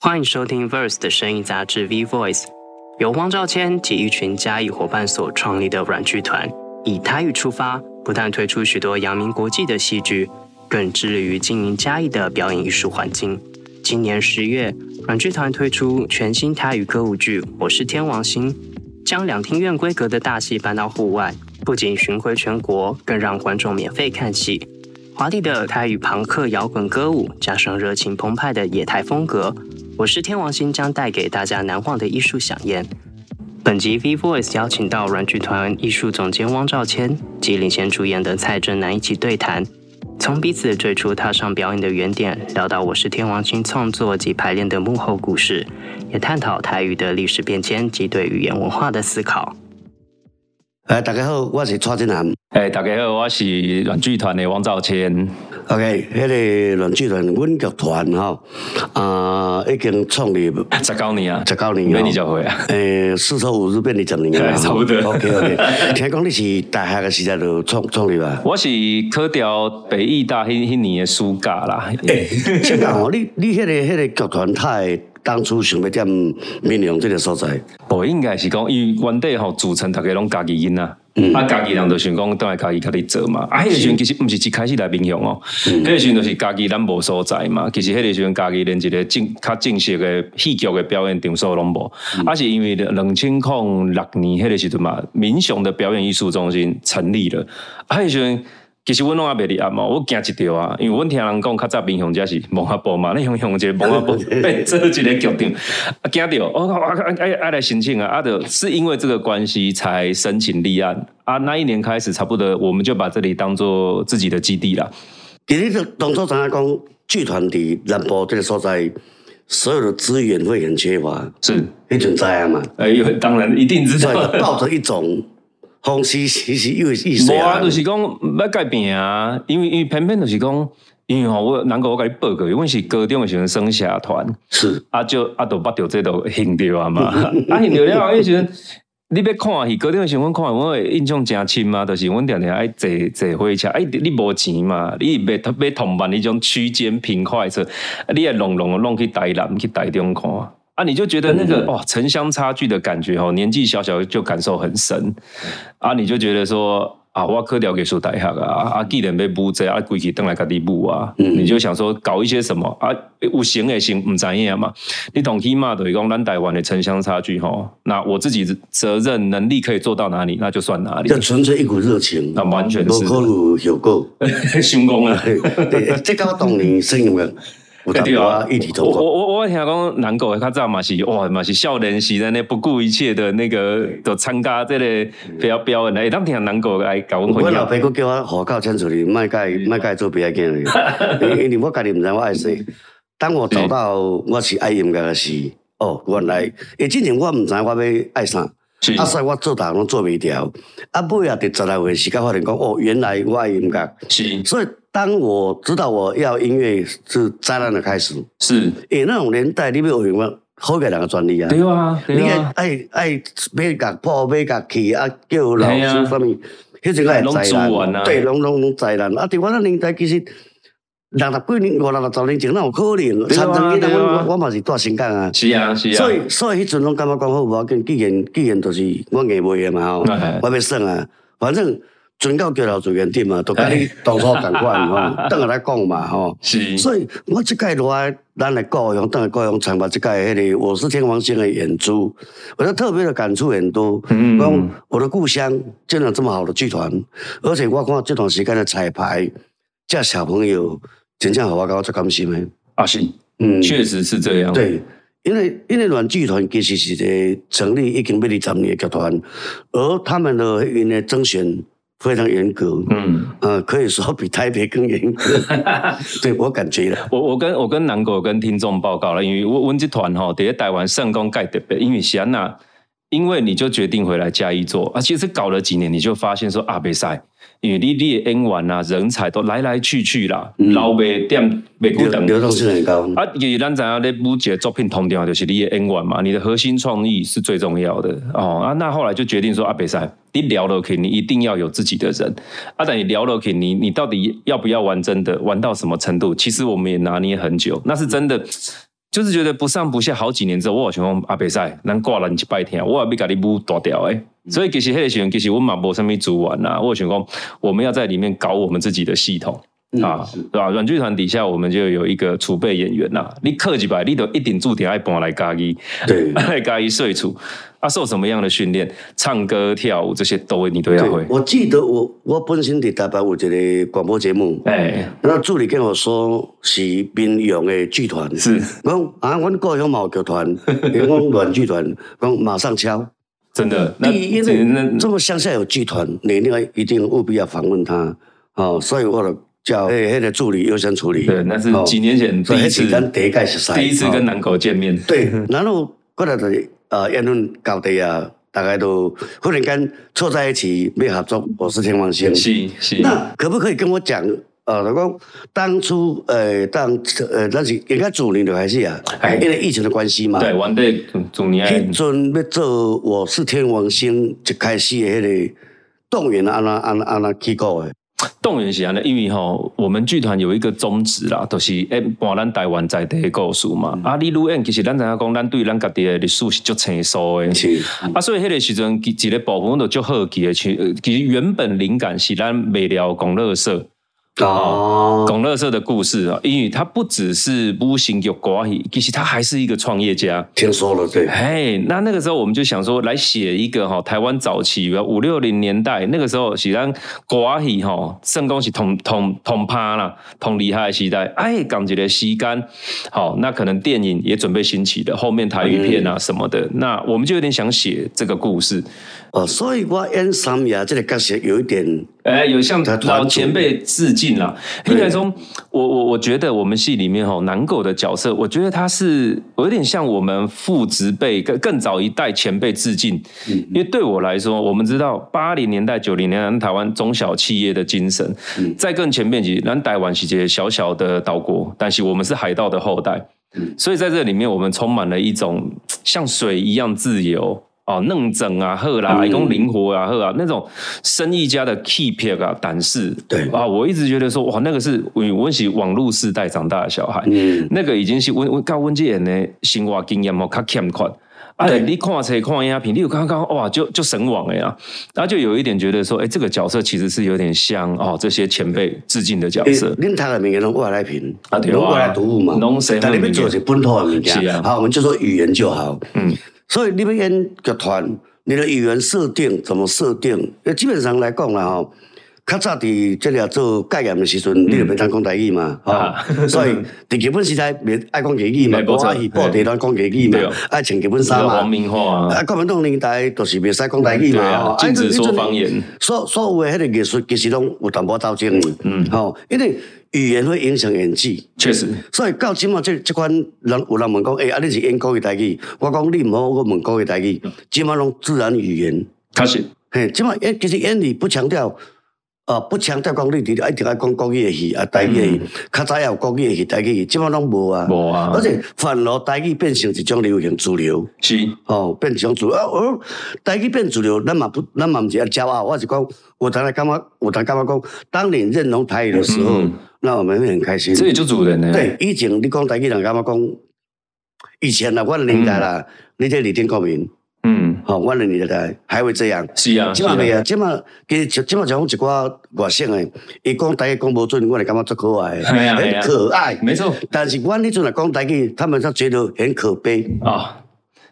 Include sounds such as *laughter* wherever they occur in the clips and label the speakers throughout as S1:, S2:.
S1: 欢迎收听《Verse》的声音杂志《V Voice》，由汪兆谦及一群嘉义伙伴所创立的软剧团，以台语出发，不但推出许多扬名国际的戏剧，更致力于经营嘉义的表演艺术环境。今年十月，软剧团推出全新台语歌舞剧《我是天王星》，将两厅院规格的大戏搬到户外，不仅巡回全国，更让观众免费看戏。华丽的台语朋克摇滚歌舞，加上热情澎湃的野台风格，我是天王星将带给大家难忘的艺术飨宴。本集 V Voice 邀请到软剧团艺术总监汪兆谦及领衔主演的蔡正南一起对谈，从彼此最初踏上表演的原点，聊到我是天王星创作及排练的幕后故事，也探讨台语的历史变迁及对语言文化的思考。
S2: 诶，呃大家好，我是蔡振南。
S3: 诶、大家好，我是软剧团的王兆谦。
S2: OK，迄个软剧团，阮剧团吼，啊、已经创立
S3: 十九年啊，
S2: 十九年吼
S3: 要二十岁啊。
S2: 诶，四舍五入变二十年啊，
S3: 对差不多
S2: OK
S3: *laughs*
S2: OK，听讲你是大学的时代就创创立吧？
S3: 我是考调北艺大迄迄年的暑假啦。
S2: 请讲哦，你你迄、个迄、个剧团，他会当初想要踮闽南这个所在，
S3: 哦，应该是讲，伊原底吼组成逐个拢家己囡仔。啊，家己人就想讲，倒来家己家己做嘛。啊，迄个时阵其实毋是一开始来民雄哦，迄个时阵就是家己咱无所在嘛。其实迄个时阵家己连一个正较正式的戏剧的表演场所拢无。啊，是因为两千零六年迄个时阵嘛，民雄的表演艺术中心成立了。啊，迄个时阵。其实阮拢也袂入暗嘛，我惊一跳啊，因为阮听人讲较早民雄遮是蒙阿波嘛，你雄雄一个蒙阿波变做一个剧场，啊惊着，哦，啊啊啊啊来申请啊，啊就是因为这个关系才申请立案啊，那一年开始差不多我们就把这里当做自己的基地啦。
S2: 其实就当初知影讲剧团伫南部这个所在，所有的资源会很缺乏，
S3: 是，
S2: 你准知啊嘛？
S3: 哎呦，当然一定知
S2: *laughs* 所以
S3: 道
S2: 就。抱
S3: *laughs*
S2: 着一种风西西西又意思
S3: 无啊，
S2: 啊
S3: 就，是讲要改变啊，因为因为偏偏就是讲，因为吼我难怪我甲你报告，因为阮是高中的时阵生社团。
S2: 是
S3: 啊就啊就捌着这都行着啊嘛， *laughs* 啊行着了后，迄时阵你要看戏，高中的时候阮看戏，我的印象诚深嘛，就是阮常常爱坐坐火车，哎、啊、你无钱嘛，你买买同班迄种区间平快车，啊你也弄弄弄去台南去台中看。啊，你就觉得那个哇，城乡差距的感觉哦，年纪小小就感受很深啊，你就觉得说啊，我科调给说大学啊，啊，既然被补这啊，规矩登来家己补啊，
S2: 嗯
S3: 你就想说搞一些什么啊，有行也行，唔知影嘛。你懂起码等于讲咱台湾的城乡差距吼，那我自己责任能力可以做到哪里，那就算哪里
S2: 就，纯粹一股热情，
S3: 那完全
S2: 无
S3: 啊是
S2: 考虑后果。
S3: *laughs* 成
S2: *laughs*
S3: 功了。
S2: 嘿对，这跟我当年生意有有淡
S3: 对
S2: 薄
S3: 啊
S2: 啊异体
S3: 我
S2: 同工。
S3: 我我我听讲，南国较早嘛是哇嘛是少年时阵呢不顾一切的那个，就参加这个标标的，哎，当听南国来搞阮
S2: 我
S3: 混
S2: 老
S3: 淆。
S2: 爸佫叫我户口迁出去，莫甲伊莫甲伊做别个囝哩，
S3: *laughs*
S2: 因因为我家己毋知我爱谁。当我找到我是爱音乐的时，哦，原来，诶，之前我毋知我要爱啥，
S3: 是
S2: 啊，所以我做逐项拢做袂调。啊，尾啊，伫十来岁时间发现讲，哦，原来我爱音乐。
S3: 是
S2: 所以，当我知道我要音乐是灾难的开始，
S3: 是，
S2: 诶、那种年代你要学音乐，好个人的专利啊。
S3: 对啊
S2: 你
S3: 对
S2: 爱
S3: 啊，
S2: 爱爱买乐谱，买乐器，啊叫老
S3: 嘿啊
S2: 师什么，迄阵个
S3: 拢
S2: 灾
S3: 资源
S2: 难，
S3: 啊
S2: 对，拢拢拢灾难。啊，伫我那年代其实六十几年、五六十年前，哪有可能？
S3: 对啊
S2: 三十年代
S3: 对啊
S2: 我我嘛是住新港啊。
S3: 是啊是啊，
S2: 所以所以迄阵拢感觉讲好无要紧，既然既然就是我硬卖的嘛吼
S3: 哎，
S2: 我要耍啊，反正船到桥头自然直嘛，都甲
S3: 哎
S2: 你当初同款
S3: *laughs*
S2: 吼，等下来讲嘛吼。
S3: 是
S2: 所以我即届落来，咱来故乡，等下故乡参加即届迄个《我是天王星》的演出，我就特别的感触很多。
S3: 嗯
S2: 讲我的故乡竟然有这么好的剧团，而且我看这段时间的彩排，这小朋友真正互我感觉最甘心的。
S3: 啊是，
S2: 嗯，
S3: 确实是这样。
S2: 对，因为因为软剧团其实是一个成立已经被你十年的剧团，而他们的因的甄选非常严格，
S3: 嗯。
S2: 呃，可以说比台北更严
S3: *laughs*
S2: 格。对我感觉了，
S3: 我我跟我跟南国跟听众报告了，因为我阮这团吼，伫咧台湾圣公盖特别，因为是安那，因为你就决定回来嘉义做啊，其实搞了几年，你就发现说啊，袂使，因为你你的演员啊，人才都来来去去啦，老袂点袂
S2: 流
S3: 固定。
S2: 嗯流动性很高。
S3: 啊，其实咱知影咧，每一个作品通常就是你的演员嘛，你的核心创意是最重要的哦。啊，那后来就决定说，啊，北赛，你聊落去，你一定要有自己的人。啊，但你聊落去，你你到底要不要玩真的，玩到什么程度？其实我们也拿捏很久，那是真的。就是觉得不上不下，好几年之后，我有想讲阿伯赛，咱挂咱一摆听，我也要甲你舞大条诶。所以其实迄个时阵，其实我嘛无啥物资源啊啦，我有想讲我们要在里面搞我们自己的系统。
S2: 嗯
S3: 啊，对吧？软剧团底下我们就有一个储备演员呐，你刻几百，你都一定注定爱搬来嘉义，
S2: 对
S3: *laughs* 来嘉义睡处。啊，受什么样的训练？唱歌、跳舞这些都你都要会
S2: 对，。我记得我我本身伫台北有一个广播节目，
S3: 哎，
S2: 那助理跟我说是民用的剧
S3: *laughs*
S2: 团，
S3: 是
S2: 我讲啊，阮故乡嘛有剧团，因为我软剧团，我讲马上敲。
S3: 真的。那
S2: 第一，因
S3: 那
S2: 为这么乡下有剧团，你另外一定务必要访问他哦，所以我就叫诶那个助理优先处理。
S3: 对，那是
S2: 哦
S3: 几年前
S2: 所
S3: 第
S2: 以
S3: 一
S2: 那是
S3: 次
S2: 咱第一届是赛，
S3: 第一次跟
S2: 哦
S3: 南狗见面。
S2: 对，
S3: *laughs*
S2: 然后过来就是呃，言论高地啊，大概都忽然间凑在一起要合作，我是天王星。
S3: 是是，
S2: 那可不可以跟我讲？呃，就讲当初，呃，当呃，那是应该去年就开始啊
S3: 哎，
S2: 因为疫情的关系嘛。
S3: 对，玩的总年爱
S2: 迄阵要做《我是天王星》一开始的迄个动员安那安那安那起过的，
S3: 动员是安尼，因为吼，我们剧团有一个宗旨啦，就是演搬咱台湾在地的故事嘛。啊，你愈演，其实咱知影讲，咱对咱家己的历史是足清楚的。
S2: 是
S3: 啊，所以迄个时阵，其一个部分我就足好奇的，其呃其实原本灵感是咱未了讲乐色。
S2: 哦，
S3: 龚乐色的故事啊，因为他不只是不行有国语，其实他还是一个创业家。
S2: 听说了，对，
S3: 哎，那那个时候我们就想说，来写一个哈、台湾早期五六零年代那个时候，是咱国语哈，圣公是同同同趴啦，同厉害的时代。哎，港姐的吸干，好、那可能电影也准备兴起的，后面台语片啊什么的，那我们就有点想写这个故事。
S2: 哦，所以我演三爷这个角色有一点，
S3: 哎，有向
S2: 他团
S3: 老
S2: 主
S3: 前辈致敬啦。
S2: 对
S3: 应该说，我我我觉得我们戏里面吼、南狗的角色，我觉得他是有点像我们父职辈更更早一代前辈致敬。因为对我来说，我们知道八零年代、九零年代台湾中小企业的精神，在更前面其实咱台湾是一个小小的岛国，但是我们是海盗的后代，所以在这里面我们充满了一种嘖像水一样自由。哦，弄整啊，喝啦，一共灵活啊，喝啊，那种生意家的 key pick 啊，胆识，
S2: 对
S3: 啊，我一直觉得说，哇，那个是我我是网络世代长大的小孩，
S2: 嗯，
S3: 那个已经是阮阮到阮即个呢生活经验吼较欠缺。啊，你看册看影片，你有刚刚哇，就就神往了呀，然后就有一点觉得说，哎、这个角色其实是有点像哦这些前辈致敬的角
S2: 因为
S3: 色。
S2: 恁读的物件拢外来品，
S3: 啊对啊
S2: 拢外来读物嘛
S3: 拢西，方
S2: 但
S3: 的
S2: 你
S3: 物件
S2: 们做的是本土的物
S3: 是
S2: 件
S3: 啊，
S2: 好，我们就说语言就好，嗯，所以你们演剧团，你的语言设定怎么设定？呃，基本上来讲啦吼。较早伫即个做概念的时阵，你就袂当讲台语嘛，吼、
S3: 嗯啊
S2: 所以伫日本时代袂爱讲台语嘛，
S3: 没
S2: 无
S3: 错
S2: 爱去报地咱讲台语嘛
S3: 对哦，
S2: 爱穿日本衫
S3: 这个
S2: 嘛
S3: 黄。明化啊，
S2: 啊，国民党年代就是袂使讲台语
S3: 对
S2: 嘛，
S3: 啊
S2: 吼
S3: 禁止
S2: 啊
S3: 说方言。
S2: 所所有的迄个艺术其实拢有淡薄斗争的，嗯，吼，因为语言会影响演技。
S3: 确实，
S2: 所以到即满即即款人有人问讲，诶、啊，你是演国语台语？我讲你毋好，我问国语台语。
S3: 嗯
S2: 即满拢自然语言，
S3: 确实，
S2: 嘿，即满演其实演你不强调，呃，不强调讲你一定一定爱讲国语的戏
S3: 嗯
S2: 啊，台语的戏。较早也有国语的戏、台语的戏，即满拢无啊。
S3: 无啊
S2: 而且反而台语变成一种流行主流。
S3: 是
S2: 哦，变成主流，啊哦，台语变主流，咱嘛不，咱嘛毋是要骄啊傲，我是讲，我当然感觉，我当然感觉讲，当你认同台语的时候，
S3: 嗯
S2: 那我们会很开心。
S3: 这也就主人呢。
S2: 对，以前你讲台语，人感觉讲，以前啦，我的年代啦，你这李天国民，
S3: 嗯，
S2: 吼、我的年代还会这样。
S3: 是啊，
S2: 即
S3: 是
S2: 嘛
S3: 啊
S2: 袂啊，即嘛其实像即嘛像讲一寡外省的，伊讲台语讲无准，我会感觉足可爱的，
S3: 哎呀哎
S2: 很
S3: 呀
S2: 可爱。
S3: 没错
S2: 但是阮迄阵来讲台语，他们就觉得很可悲。
S3: 啊，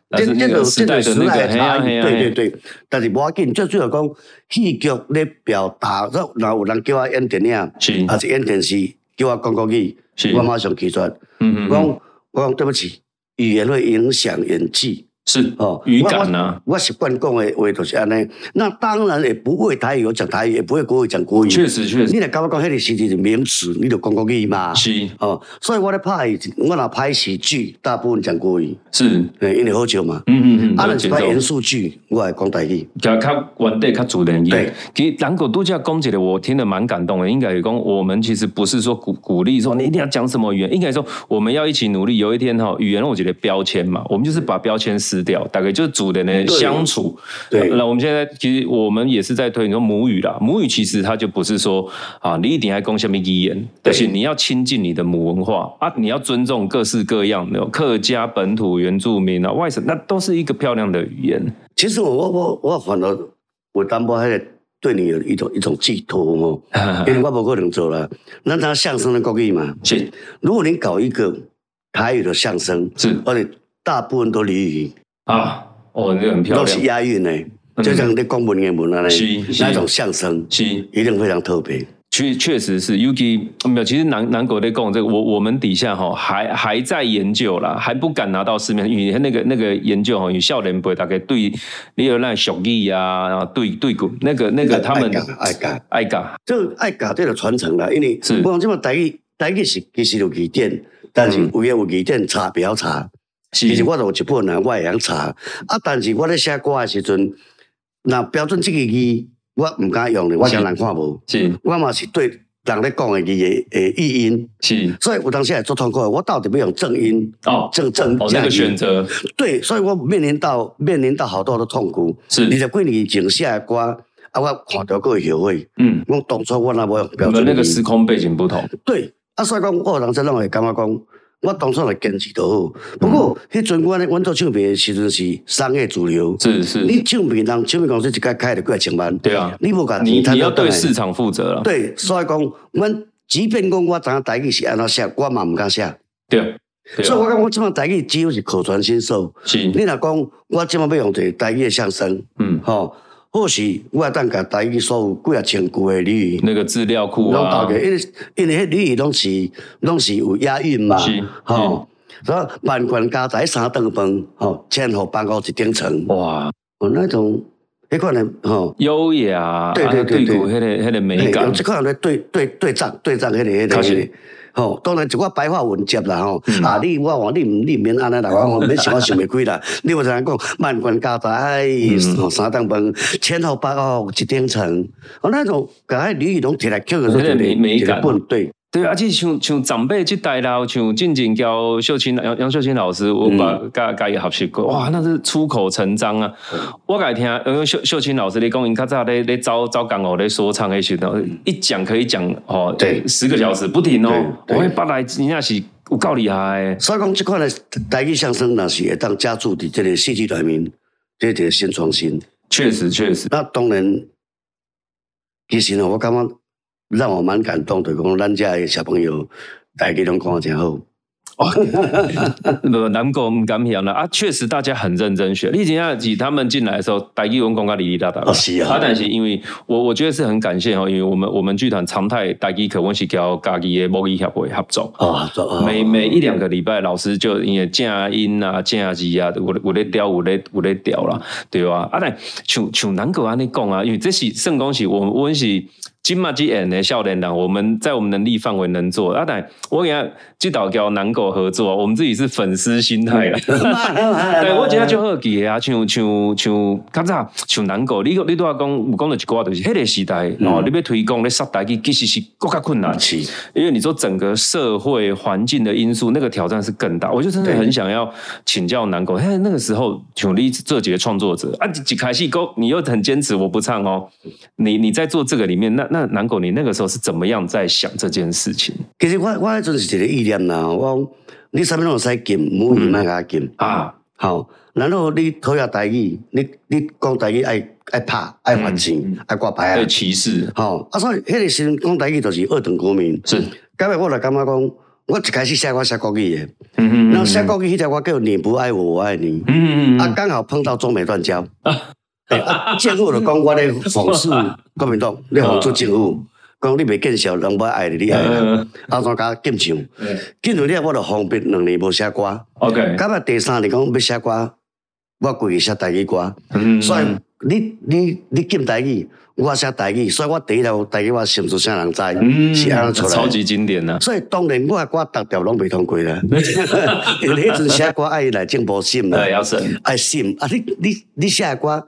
S3: 但
S2: 这
S3: 是
S2: 这
S3: 那个
S2: 种
S3: 时
S2: 这
S3: 代
S2: 种
S3: 的
S2: 时
S3: 那
S2: 代
S3: 个，
S2: 的
S3: 嘿
S2: 差
S3: 啊嘿
S2: 异，
S3: 啊
S2: 对对
S3: 嘿啊
S2: 对。但是无要紧，最主要讲戏剧咧表达，若若有人叫我演电影，
S3: 是
S2: 还是演电视，叫我讲国语
S3: 嗯是，
S2: 我马上拒绝。
S3: 嗯嗯
S2: 我讲我讲对不起，语言会影响演技。
S3: 是
S2: 哦，
S3: 语感啊，
S2: 我我我习惯讲的话就是安尼。那当然也不会台语，我讲台语，也不会国语讲国语。
S3: 确实确实
S2: 你若甲我讲迄个时期是名词，你就讲国语嘛。
S3: 是
S2: 哦，所以我咧拍的，我若拍喜剧，大部分讲国语，
S3: 是，
S2: 嘿因为好笑嘛。
S3: 嗯嗯嗯，
S2: 啊，
S3: 那个
S2: 咱是
S3: 节
S2: 拍
S3: 奏
S2: 严肃剧，我会讲台语。
S3: 较较原地较主人意
S2: 对。
S3: 其实南国度假讲起来，我听得蛮感动的。应该有讲，我们其实不是说鼓鼓励说你一定要讲什么语言，应该说我们要一起努力。有一天哈、语言我觉得标签嘛，我们就是把标签撕失掉，大概就是主人的相处。
S2: 对
S3: 呃那我们现在其实我们也是在推，你说母语啦，母语其实它就不是说啊，你一定要讲什么语言，
S2: 对
S3: 而且你要亲近你的母文化啊，你要尊重各式各样的客家、本土、原住民啊、外省，那都是一个漂亮的语
S2: *laughs*
S3: 言。
S2: 其实我我我我反而有淡薄迄个对你有一种一种寄托哦，
S3: 嗯
S2: 因为我无可能做啦。那他相声的国语嘛，
S3: 是
S2: 如果你搞一个台语的相声，
S3: 是
S2: 而且大部分都俚语，
S3: 啊，哦，那个很漂
S2: 都是
S3: 亮，嗯
S2: 押韵的，就像在讲文言文啊
S3: 是
S2: 嘞，
S3: 是
S2: 那种相声
S3: 是。
S2: 一定非常特别。
S3: 确确实是 Yuki 没有，其实南南国的供这个，我我们底下哈还还在研究啦，还不敢拿到市面上，因为那个那个研究哈，有笑脸不会大概对，你有那小艺啊，然后对对股那个那个他们
S2: 爱搞爱搞
S3: 爱嘎，
S2: 就爱搞这个传承啦，因为
S3: 是
S2: 我讲这么台语，台语是其实有字典，但
S3: 嗯
S2: 是有诶有字典查不晓查。其实
S3: 是
S2: 我都有一本啊，我会晓查。啊，但是我咧写歌诶时阵，若标准即个字，我毋敢用咧，我惊人看无。
S3: 是
S2: 我嘛是对人咧讲诶字诶诶译音，
S3: 是
S2: 所以有当时也做痛苦的。我到底要用正音、
S3: 哦
S2: 正正
S3: 哦，
S2: 假
S3: 那
S2: 音
S3: 个选择
S2: 对，所以我面临到面临到好多的痛苦。
S3: 是
S2: 二十几年前写诶歌，啊，我看到过后悔，
S3: 嗯，
S2: 我当初我若无用标
S3: 我
S2: 准
S3: 们那个
S2: 字
S3: 时空背景不同，
S2: 对，啊，所以讲，我有当时拢会感觉讲，我当初来坚持就好。不过，迄阵我咧，阮做唱片的时阵是商业主流，
S3: 嗯是是，
S2: 你唱片人唱片公司一届开就几千万，
S3: 对啊，
S2: 你无甲
S3: 你
S2: 钱
S3: 你
S2: 赚
S3: 要
S2: 到
S3: 对
S2: 回
S3: 市
S2: 来，
S3: 场负责了，
S2: 对，所以讲，阮即便讲我知影台语是安怎写，我嘛毋敢写。
S3: 对啊对
S2: 所
S3: 嗯
S2: 以我讲，我即摆台语只有是口传心授。
S3: 是
S2: 你若讲我即摆要用一个台语的相声，
S3: 嗯，
S2: 吼、或许我会当甲台语所有几啊千句的俚语。
S3: 那个资料库
S2: 拢
S3: 啊
S2: 大，个，因为因为迄俚语拢是拢是有押韵嘛
S3: 是，
S2: 吼。所以万贯家财三顿饭，吼，千户万户一顶床，
S3: 哇，
S2: 哦，那种迄款的吼，
S3: 优雅，啊
S2: 对对对对
S3: 股那个那个美
S2: 嘿
S3: 感
S2: 用即。款来对对对仗对仗，迄个迄个
S3: 确实嗯
S2: 迄个，吼，当然一寡白话文接啦吼，啊，你我话你毋你毋免安尼
S3: 哦
S2: 啦，我我免想我想袂开啦，
S3: *laughs*
S2: 你有知影讲万贯家财
S3: 嗯
S2: 三顿饭，千户万户一顶床，哦，那种甲迄俚语拢摕来捡个做
S3: 那个美美
S2: 一个
S3: 感
S2: 本对，
S3: 对啊，而且像像长辈这代啦，像进前交秀清杨杨秀清老师，
S2: 嗯
S3: 我把家家也学习过，哇，那是出口成章啊！
S2: 嗯
S3: 我改听，呃，秀秀清老师咧讲，因较早咧咧招招港哦咧说唱那些的，一讲可以讲哦，
S2: 嗯对
S3: 十个小时不停哦。
S2: 对对
S3: 我本来真正是有够厉害的，
S2: 所以讲，这款的台语相声，若是会当加注伫这个戏剧内面，这个新创新。
S3: 确实确实，
S2: 那当然，其实呢，我感觉让我蛮感动的，讲咱家的小朋友台语拢讲得真好。
S3: 呃，难过唔敢想了 *laughs* 啊！确实大家很认真学。你前几他们进来的时候，台语文讲个哩哩啦啦。
S2: 哦是啊
S3: 但是因为我我觉得是很感谢哦，因为我们我们剧团常态台语课，我是交家己的母语协会合作。
S2: 哦，做哦
S3: 每每一两个礼拜，老师就因为正音啊、正字啊，有咧有咧调，有咧有咧调啦，对吧？啊，但像像南哥安尼讲啊，因为这是算讲是我们我们是金马基演的少年人，我们在我们能力范围能做。啊，但我跟他这导跟南哥合作，我们自己是粉丝心态啦。 *laughs* 对，我真正就好奇的啊，像像像较早像南国，你你拄仔讲有讲到一寡，就是迄个时代哦，你要推广咧杀代去，其实是更较困难，
S2: 哦是
S3: 因为你说整个社会环境的因素，那个挑战是更大。我就真的
S2: 对
S3: 很想要请教南国，哎，那个时候像你这几个创作者啊，几开戏歌你又很坚持我不唱哦，你你在做这个里面，那那南国你那个时候是怎么样在想这件事情
S2: 其实我我迄阵是一个意念啦，我讲你啥物拢会使禁，母语莫甲禁。
S3: 啊？
S2: 吼、然后你讨厌台语，你你讲台语爱爱拍爱罚钱爱挂牌
S3: 对
S2: 啊。
S3: 歧视
S2: 吼、啊，所以迄个时阵讲台语就是二等国民。
S3: 是，
S2: 到尾我就感觉讲，我一开始写我写国语的，
S3: 嗯
S2: 然后写国语迄条我叫你不爱我，我爱你。
S3: 嗯
S2: 啊，刚好碰到中美
S3: *laughs*
S2: 断交，哎啊，政府就讲我咧讽刺国民党，咧讽刺政府，讲你未见笑，人不爱你，你爱人，
S3: 嗯
S2: 啊，怎甲禁唱？禁唱了，我就封闭两年无写歌。
S3: ，OK，
S2: 到尾第三年讲要写歌，我规日写台语歌，
S3: 嗯
S2: 所以你你你禁台语，我写台语，所以我第一条台语我甚至啥人知，是安尼出来的。
S3: 嗯超级经典呢、啊
S2: 所以当然我的歌逐条拢未通过啦，因为迄阵写歌爱来进步心啦
S3: 对，，要审
S2: 爱心啊！你你你写的歌，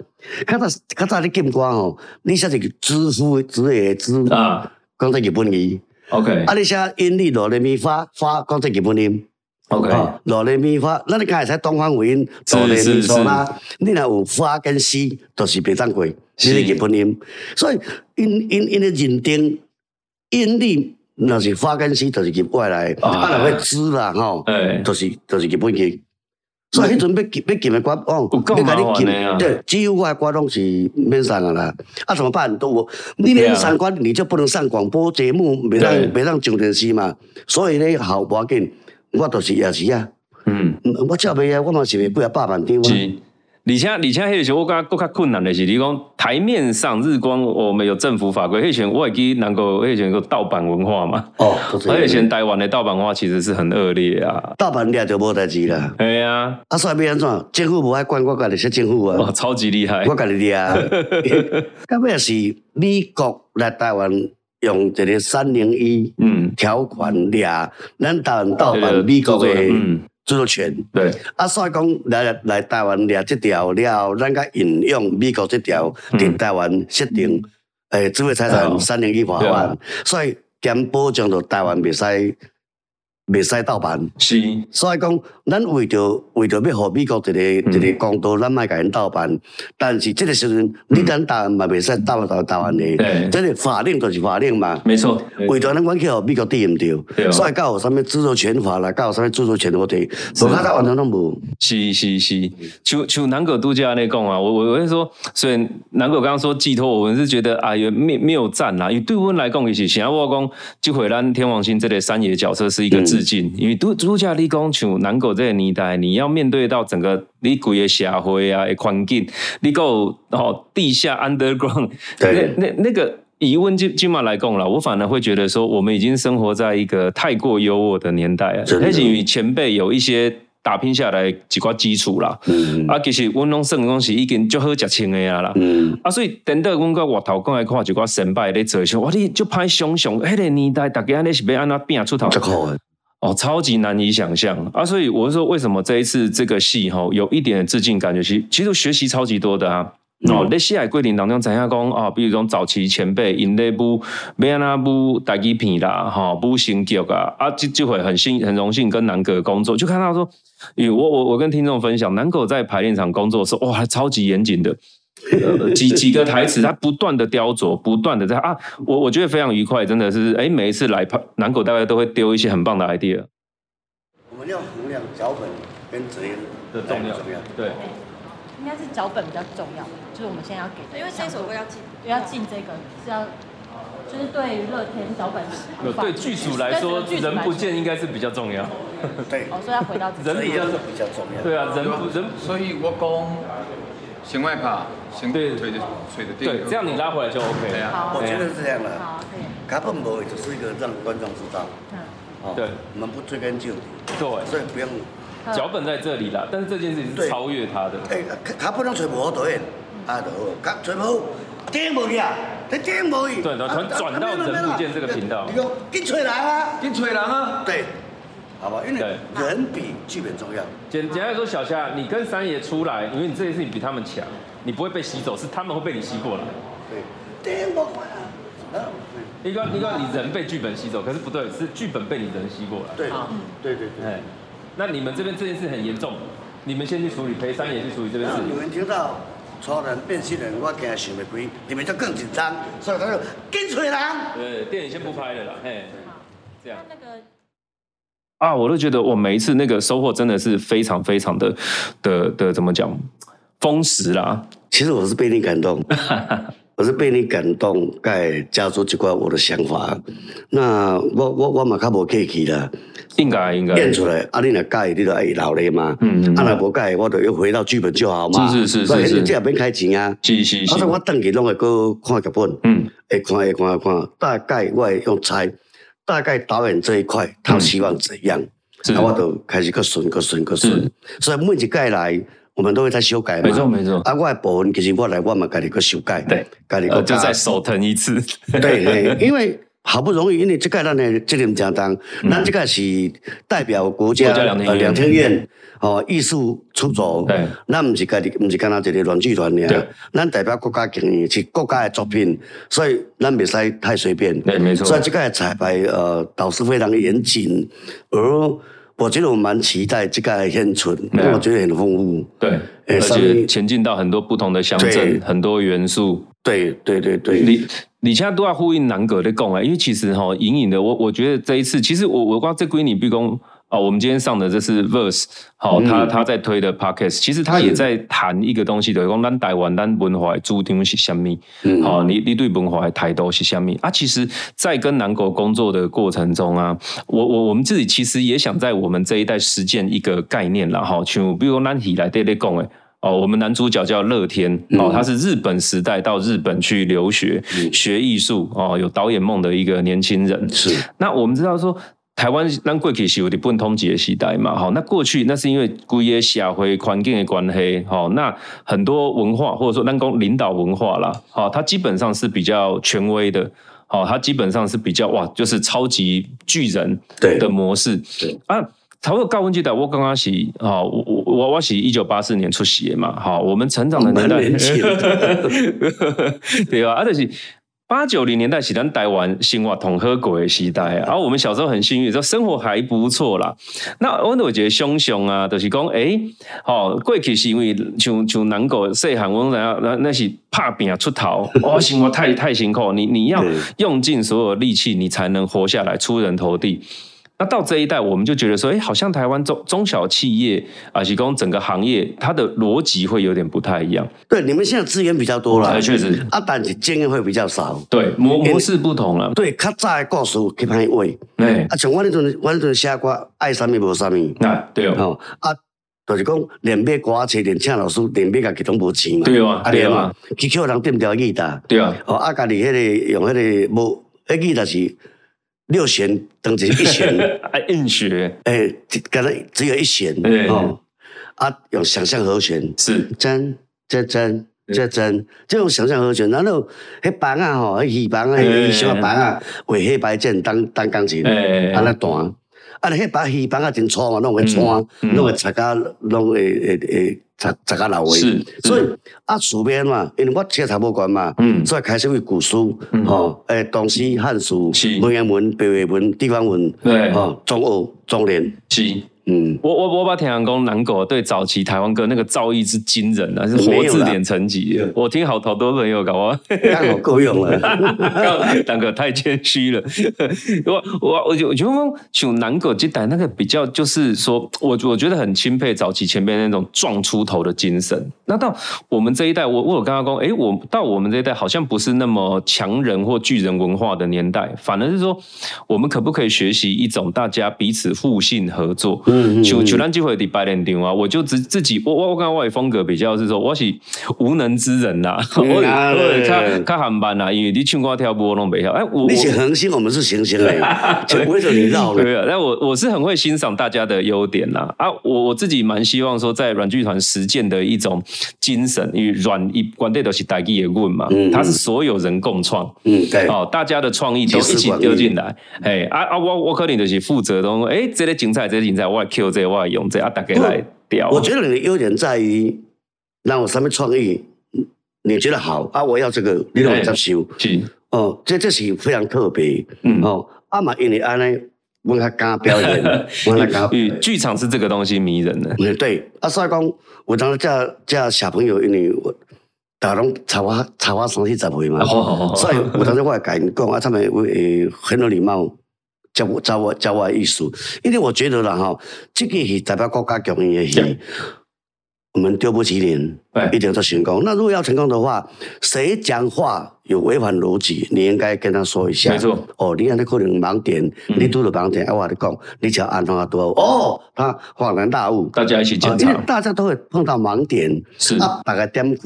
S2: 较早较早你禁歌吼，你写一个知乎之类的知，
S3: 啊
S2: 讲做日本语，啊
S3: ，OK，
S2: 啊你写音律哆来咪发发，讲做日本音，
S3: OK，
S2: 哦，落咧咪发，咱你敢会使东方尾音，落咧咪嗦啦。你若有发跟西，就是袂当过，是
S3: 是
S2: 日本音。所以因因因的认定音律，若是发跟西，就是日外来的。
S3: 啊
S2: 啊，若要知啦吼
S3: 哎，
S2: 就是就是日本去。所以迄阵要禁要禁的歌，哦
S3: 有，够
S2: 要甲
S3: 麻烦的啊
S2: 对，只有我的歌拢是免上的啦。啊，怎么办？都我你
S3: 对啊
S2: 免上歌，你就不能上广播节目，袂当
S3: 对
S2: 袂当上电视嘛。所以咧，好无要紧，我就是也是啊。
S3: 嗯，
S2: 嗯我照卖啊，我嘛是卖几啊百万张啊。
S3: 是。而且而且，迄个时候我感觉更较困难的是，你讲台面上日光，我们有政府法规，迄个时阵我会记能够，迄个时阵有盗版文化嘛，啊
S2: 哦，
S3: 而且现台湾的盗版文化其实是很恶劣啊，
S2: 大半掠就无代志啦。
S3: 哎呀、
S2: 啊，所以要安怎？政府无爱管，我家己说政府
S3: 哇，
S2: 啊，
S3: 超级厉害
S2: 我，家己
S3: *laughs*
S2: 掠啊。到尾是美国来台湾用一个三零一
S3: 嗯，
S2: 条款掠咱台湾盗
S3: 这个
S2: 版美国的
S3: 嗯，
S2: 著作权。
S3: 对，
S2: 啊，所以讲来来台湾掠这条了后，咱甲引用美国这条
S3: 嗯
S2: 伫台湾设定诶智慧财产
S3: 哦
S2: 三零一法
S3: 对
S2: 案
S3: 啊，
S2: 所以兼保障着台湾袂使袂使盗版。
S3: 是，
S2: 所以讲，咱为着为着要互美国一个、
S3: 嗯
S2: 一个公道，咱莫甲因盗版。但是这个时阵，你咱台湾嘛袂使盗盗台湾的
S3: 对，
S2: 这个法令就是法令嘛。
S3: 没错，
S2: 为着咱阮去互美国对毋
S3: 对
S2: 对？
S3: 啊
S2: 所以到有啥物著作权法啦，到有啥物著作权问题，无较早完全拢无。
S3: 是是是，就就南葛度假那讲啊，我我我会说，虽然南葛刚刚说寄托，我们是觉得啊有谬谬赞啦，因为对我们来讲也是，想要我讲，就回咱天王星这类山野角色是一个致敬，因为度度假你讲像南葛这个年代，你要面对到整个你规个社会啊、的环境，你够哦地下 underground，
S2: 对
S3: 那那那个。疑问今今嘛来讲啦，我反而会觉得说，我们已经生活在一个太过优渥的年代啊了，
S2: 真的
S3: 而且与前辈有一些打拼下来几挂基础啦。
S2: 嗯
S3: 啊，其实阮拢算讲是已经足好食穿的啊啦。
S2: 嗯，
S3: 啊，所以等到阮到外头讲来看一寡先辈咧做的时候，哇，你就歹想象，迄个年代大家安尼是要安怎拼出头？
S2: 足好诶。
S3: 哦，超级难以想象啊！所以我是说，为什么这一次这个戏哈、有一点致敬感觉？其实其实学习超级多的啊。哦，在戏海桂林当中，怎样讲啊？比如讲早期前辈因内部没安那部台语片啦，哈、不新剧啊，啊，这这会很幸很荣幸跟南哥工作，就看到说，与我我我跟听众分享，南哥在排练场工作的时候，哇，超级严谨的。呃几几个台词，他不断的雕琢，不断的在啊，我我觉得非常愉快，真的是，哎，每一次来南狗大概都会丢一些很棒的 idea。
S2: 我们要衡量脚本跟指令
S3: 的重要对，
S4: 应该是脚本比较重要，就是我们现在要给的，
S5: 因为这首歌要进，
S4: 对要进这个是要，就是对于乐天脚本
S3: 有对剧组来说，人不见应该是比较重要。
S2: 对，
S4: 哦，所以要回到自己
S3: 人比较
S2: 比较重要。
S3: 对啊，人不人
S6: 所以我讲，先外拍，先
S3: 对
S6: 推着推着
S3: 对，这啊样你拉回来就 OK
S6: 对
S3: 了。
S6: 啊，
S4: 好，
S2: 我觉得是这样的，
S4: 好，可以，
S2: 卡本无就是一个让观众知道，
S4: 嗯，
S2: 哦
S3: 对，
S2: 我们不追根究底，
S3: 对，
S2: 所以不用。
S3: 脚本在这里啦，但是这件事情
S2: 对
S3: 是超越他的。
S2: 诶，卡卡本拢揣无好导演，啊，就好，卡揣无好，顶无去啊，你顶无去。
S3: 对对
S2: 啊
S3: 转
S2: 啊
S3: 转到
S2: 啊没有没有
S3: 人不
S2: 没有
S3: 见这个频道
S2: 你讲紧找人啊，
S6: 你吹人啊，
S2: 对，好吧，因为
S3: 对
S2: 人比剧本重要。
S3: 简简单来说，小夏，你跟三爷出来，因为你这件事情比他们强，你不会被吸走，是他们会被你吸过来。
S2: 对，顶无看啊，啊，
S3: 一个一个你人被剧本吸走，可是不对，是剧本被你人吸过来。
S2: 对，对对对。
S3: 哎，那你们这边这件事很严重，你们先去处理，陪三爷去处理这件
S2: 然
S3: 事
S2: 后。你们听到粗人变新人，我惊想袂开，你们就更紧张，所以他就紧找人。
S3: 呃，电影先不拍了啦，嘿，这样
S4: 那那个
S3: 啊，我都觉得我每一次那个收获真的是非常非常的的的怎么讲，丰实啦。
S2: 其实我是被你感
S3: *laughs*
S2: 动，我是被你感动，该加入这块我的想法。那我我我嘛较无客气啦，
S3: 应该应该，
S2: 演出来啊，你若介意，你就爱留咧嘛。
S3: 嗯嗯嗯
S2: 啊，若无介意，我就又回到剧本就好嘛。
S3: 是是是
S2: 所以
S3: 是是
S2: 你这也免开钱啊。
S3: 是是
S2: 啊，所
S3: 是
S2: 以，我等去拢会搁看剧本，
S3: 嗯，
S2: 会看会看会看，大概我会用猜，大概导演这一块他希望怎样，
S3: 嗯是
S2: 啊，我就开始搁顺搁顺搁顺
S3: 是。
S2: 所以每一届来，我们都会在修改嘛。
S3: 没错没错
S2: 啊，我的部分其实我来我嘛家己搁修改，
S3: 对，
S2: 家己搁
S3: 呃，就
S2: 加
S3: 再手疼
S2: *laughs*
S3: 一次，
S2: 对，嘿因为好不容易，因为这个咱的责任相当，咱这个是代表国家
S3: 嗯国家
S2: 呃
S3: 两厅院
S2: 两厅院哦艺术出走
S3: 对，
S2: 咱毋是家己，毋是干那一个软剧团
S3: 对
S2: 尔，啊咱代表国家经营是国家的作品，所以咱袂使太随便。
S3: 对没错
S2: 所以这个彩排呃导师非常严谨，而。我觉得我蛮期待这个现存，因
S3: 对
S2: 为
S3: 啊
S2: 我觉得很丰富。
S3: 对，
S2: 哎
S3: 而
S2: 上面
S3: 且前进到很多不同的乡
S2: 对
S3: 镇，很多元素。
S2: 对对对对，
S3: 你你现在都要呼应南哥的讲啊，因为其实哈、隐隐的，我我觉得这一次，其实我我光这归你毕恭啊，我们今天上的这是 Verse，好、他他在推的 Podcast，其实他也在谈一个东西，就是讲咱台湾咱文化的主张是什么，好、你你对文化的态度是什么啊？其实，在跟南狗工作的过程中啊，我我我们自己其实也想在我们这一代实践一个概念啦，哈、像比如讲咱以来对咧讲诶。哦，我们男主角叫乐天哦，他是日本时代到日本去留学、学艺术哦，有导演梦的一个年轻人。
S2: 是
S3: 那我们知道说。台湾咱过去是有日本统治的时代嘛，哦好，那过去那是因为规个社会环境的关系，好，那很多文化或者说咱讲领导文化啦，好，它基本上是比较权威的，好，它基本上是比较哇，就是超级巨人
S2: 对
S3: 的模式，
S2: 对
S3: 啊，差不多高温记得我刚刚是啊，我我我我是一九八四年出席的嘛，好，我们成长的年
S2: 哦蛮
S3: 代，
S2: 年轻的，
S3: *laughs* 对啊，啊，就是八九零年代是咱台湾新华统合国的时代啊，啊我们小时候很幸运，说生活还不错啦。那我我觉得熊熊啊，就是讲，诶、哦，过去是因为像像南国细汉，我们那那那是怕病出头， *laughs* 哦，生活太太辛苦，你你要
S2: 对
S3: 用尽所有力气，你才能活下来，出人头地。那到这一代，我们就觉得说，诶，好像台湾中中小企业啊，是讲整个行业，它的逻辑会有点不太一样。
S2: 对，你们现在资源比较多了
S3: 哎，确实
S2: 啊，但是经验会比较少。
S3: 对模模式不同了，
S2: 对，较早的故事去歹画，
S3: 哎，
S2: 啊，像我迄阵，我迄阵写歌，爱啥物无啥物，
S3: 那对哦，
S2: 吼啊，就是讲连买歌啊册，连请老师，连买家己拢无钱嘛。
S3: 对啊对啊
S2: 连嘛，去捡人垫条吉他，
S3: 对 *laughs* 啊，
S2: 哦，啊，家己迄个用迄个无，迄吉他是六弦，当成一
S3: *laughs*
S2: 弦，
S3: 哎，硬学
S2: 诶，敢若只有一弦
S3: 对，
S2: 哦，啊，用想象和弦，
S3: 是
S2: 真真真真真，这种想象和弦，然后迄房啊吼，迄戏房啊，迄小房啊，画黑白键当当钢琴，
S3: 哎嗯
S2: 安尼弹。啊，迄把戏房啊真粗嘛，弄会粗，弄会擦甲，弄呃会会会擦擦甲老
S3: 是
S2: 位
S3: 是。
S2: 所以啊，厝边嘛，因为我车头无关嘛，
S3: 嗯
S2: 所以开始为古书，吼，诶，东西汉书
S3: 是、
S2: 文言文、白话文、地方文，
S3: 对
S2: 吼，中欧、中联，
S3: 是。
S2: 嗯， *laughs*
S3: 我我我把田阳公南狗对早期台湾歌那个造诣是惊人啊，是活字典层级的。我听好好多朋友搞啊，
S2: 刚好够用了。
S3: 南哥太谦虚了。我我我就我觉得说像南狗这代那个比较，就是说我我觉得很钦佩早期前辈那种撞出头的精神。那到我们这一代，我我有跟他讲，诶，我到我们这一代好像不是那么强人或巨人文化的年代，反而是说我们可不可以学习一种大家彼此互信合作？
S2: 嗯嗯
S3: 像像咱这回的白脸顶啊，我就自自己我我我刚刚我的风格比较是说我是无能之人啦、我
S2: 嗯
S3: *laughs* 我
S2: 啊
S3: 我
S2: 对
S3: 较较含班啦，啊因为你唱歌跳舞我拢袂晓。哎，我我
S2: 你是恒星，我们是行星嘞，
S3: *laughs*
S2: 就围着你绕了。
S3: 对啊，但我我是很会欣赏大家的优点啦。啊，我我自己蛮希望说，在软剧团实践的一种精神，因为软一关对都是大家也问嘛，
S2: 嗯
S3: 它是所有人共创。
S2: 嗯，对，
S3: 哦，大家的创意都一
S2: 集思
S3: 起
S2: 广益
S3: 丢进来，哎啊啊，我我可能就是负责东，哎，这个精彩，这个精彩，我来 Q 这个，我来用这个，啊，大家来调。
S2: 我觉得你的优点在于让我上面创意，你觉得好啊，我要这个，你让我接受。
S3: 是，
S2: 哦，这这是非常特别。
S3: 嗯
S2: 哦，啊嘛，因为安尼，我较敢表
S3: *laughs*
S2: 演，我较敢表
S3: 与
S2: 演。
S3: 剧场是这个东西迷人的，
S2: 嗯，对，啊，所以讲，有当这这小朋友，因为我大家拢差我差我三四十岁嘛，
S3: 哦
S2: 所以有当时我会甲因讲啊，他们会呃很有礼貌，教我教我教我的意思，因为我觉得啦吼，这个是代表国家强硬的戏
S3: Yeah.，
S2: 我们丢不起脸
S3: 哎，
S2: 一定要成功。那如果要成功的话，谁讲话有违反逻辑，你应该跟他说一下。
S3: 没错。嗯
S2: 哦，你安尼可能盲点，你拄着盲点，啊，我跟你讲，你只要安怎多哦，他恍然大悟。
S3: 大家一起
S2: 啊
S3: 检
S2: 因为
S3: 查，
S2: 大家都会碰到盲点，
S3: 是，
S2: 啊，大家点开，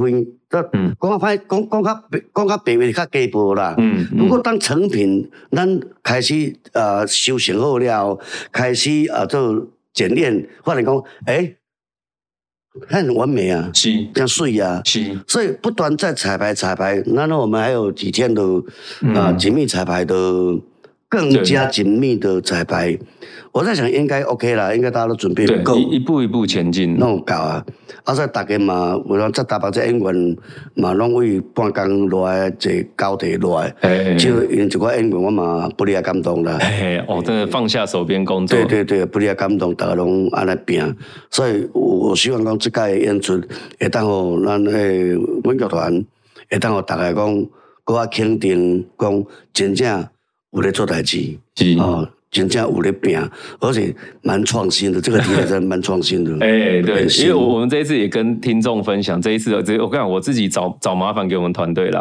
S2: 都
S3: 嗯
S2: 讲较歹，讲讲较白讲较白话较鸡婆啦。
S3: 嗯，
S2: 不过当成品咱开始呃修行好了，开始呃做检验，发现讲，诶、很完美啊，
S3: 是
S2: 这样水啊。
S3: 是，
S2: 所以不断在彩排彩排，然后我们还有几天的啊、呃
S3: 嗯
S2: 紧密彩排的，更加紧密的彩排。我在想应该 OK 啦，应该大家都准备
S3: 对
S2: 得够，，
S3: 一一步一步前进。
S2: 拢有够啊。啊，所以大家嘛，有人在台北这演员嘛，拢为半工落来坐高铁落来，
S3: 嘿
S2: 就因一寡演员我嘛不离啊感动啦。
S3: 嘿，哦，真的放下手边工作，
S2: 对对对，不离啊感动，大家拢安尼拼，所以我希望讲即届演出会当互咱诶阮剧团会当互大家讲，搁较肯定讲真正有咧做代志，
S3: 是
S2: 哦，真正有咧拼，而且蛮创新的，这个题材真的蛮创新的。
S3: 哎、对，
S2: 是
S3: 因为我我们这一次也跟听众分享，这一次的这我跟你讲，我自己找找麻烦给我们
S2: *laughs*
S3: 团队啦。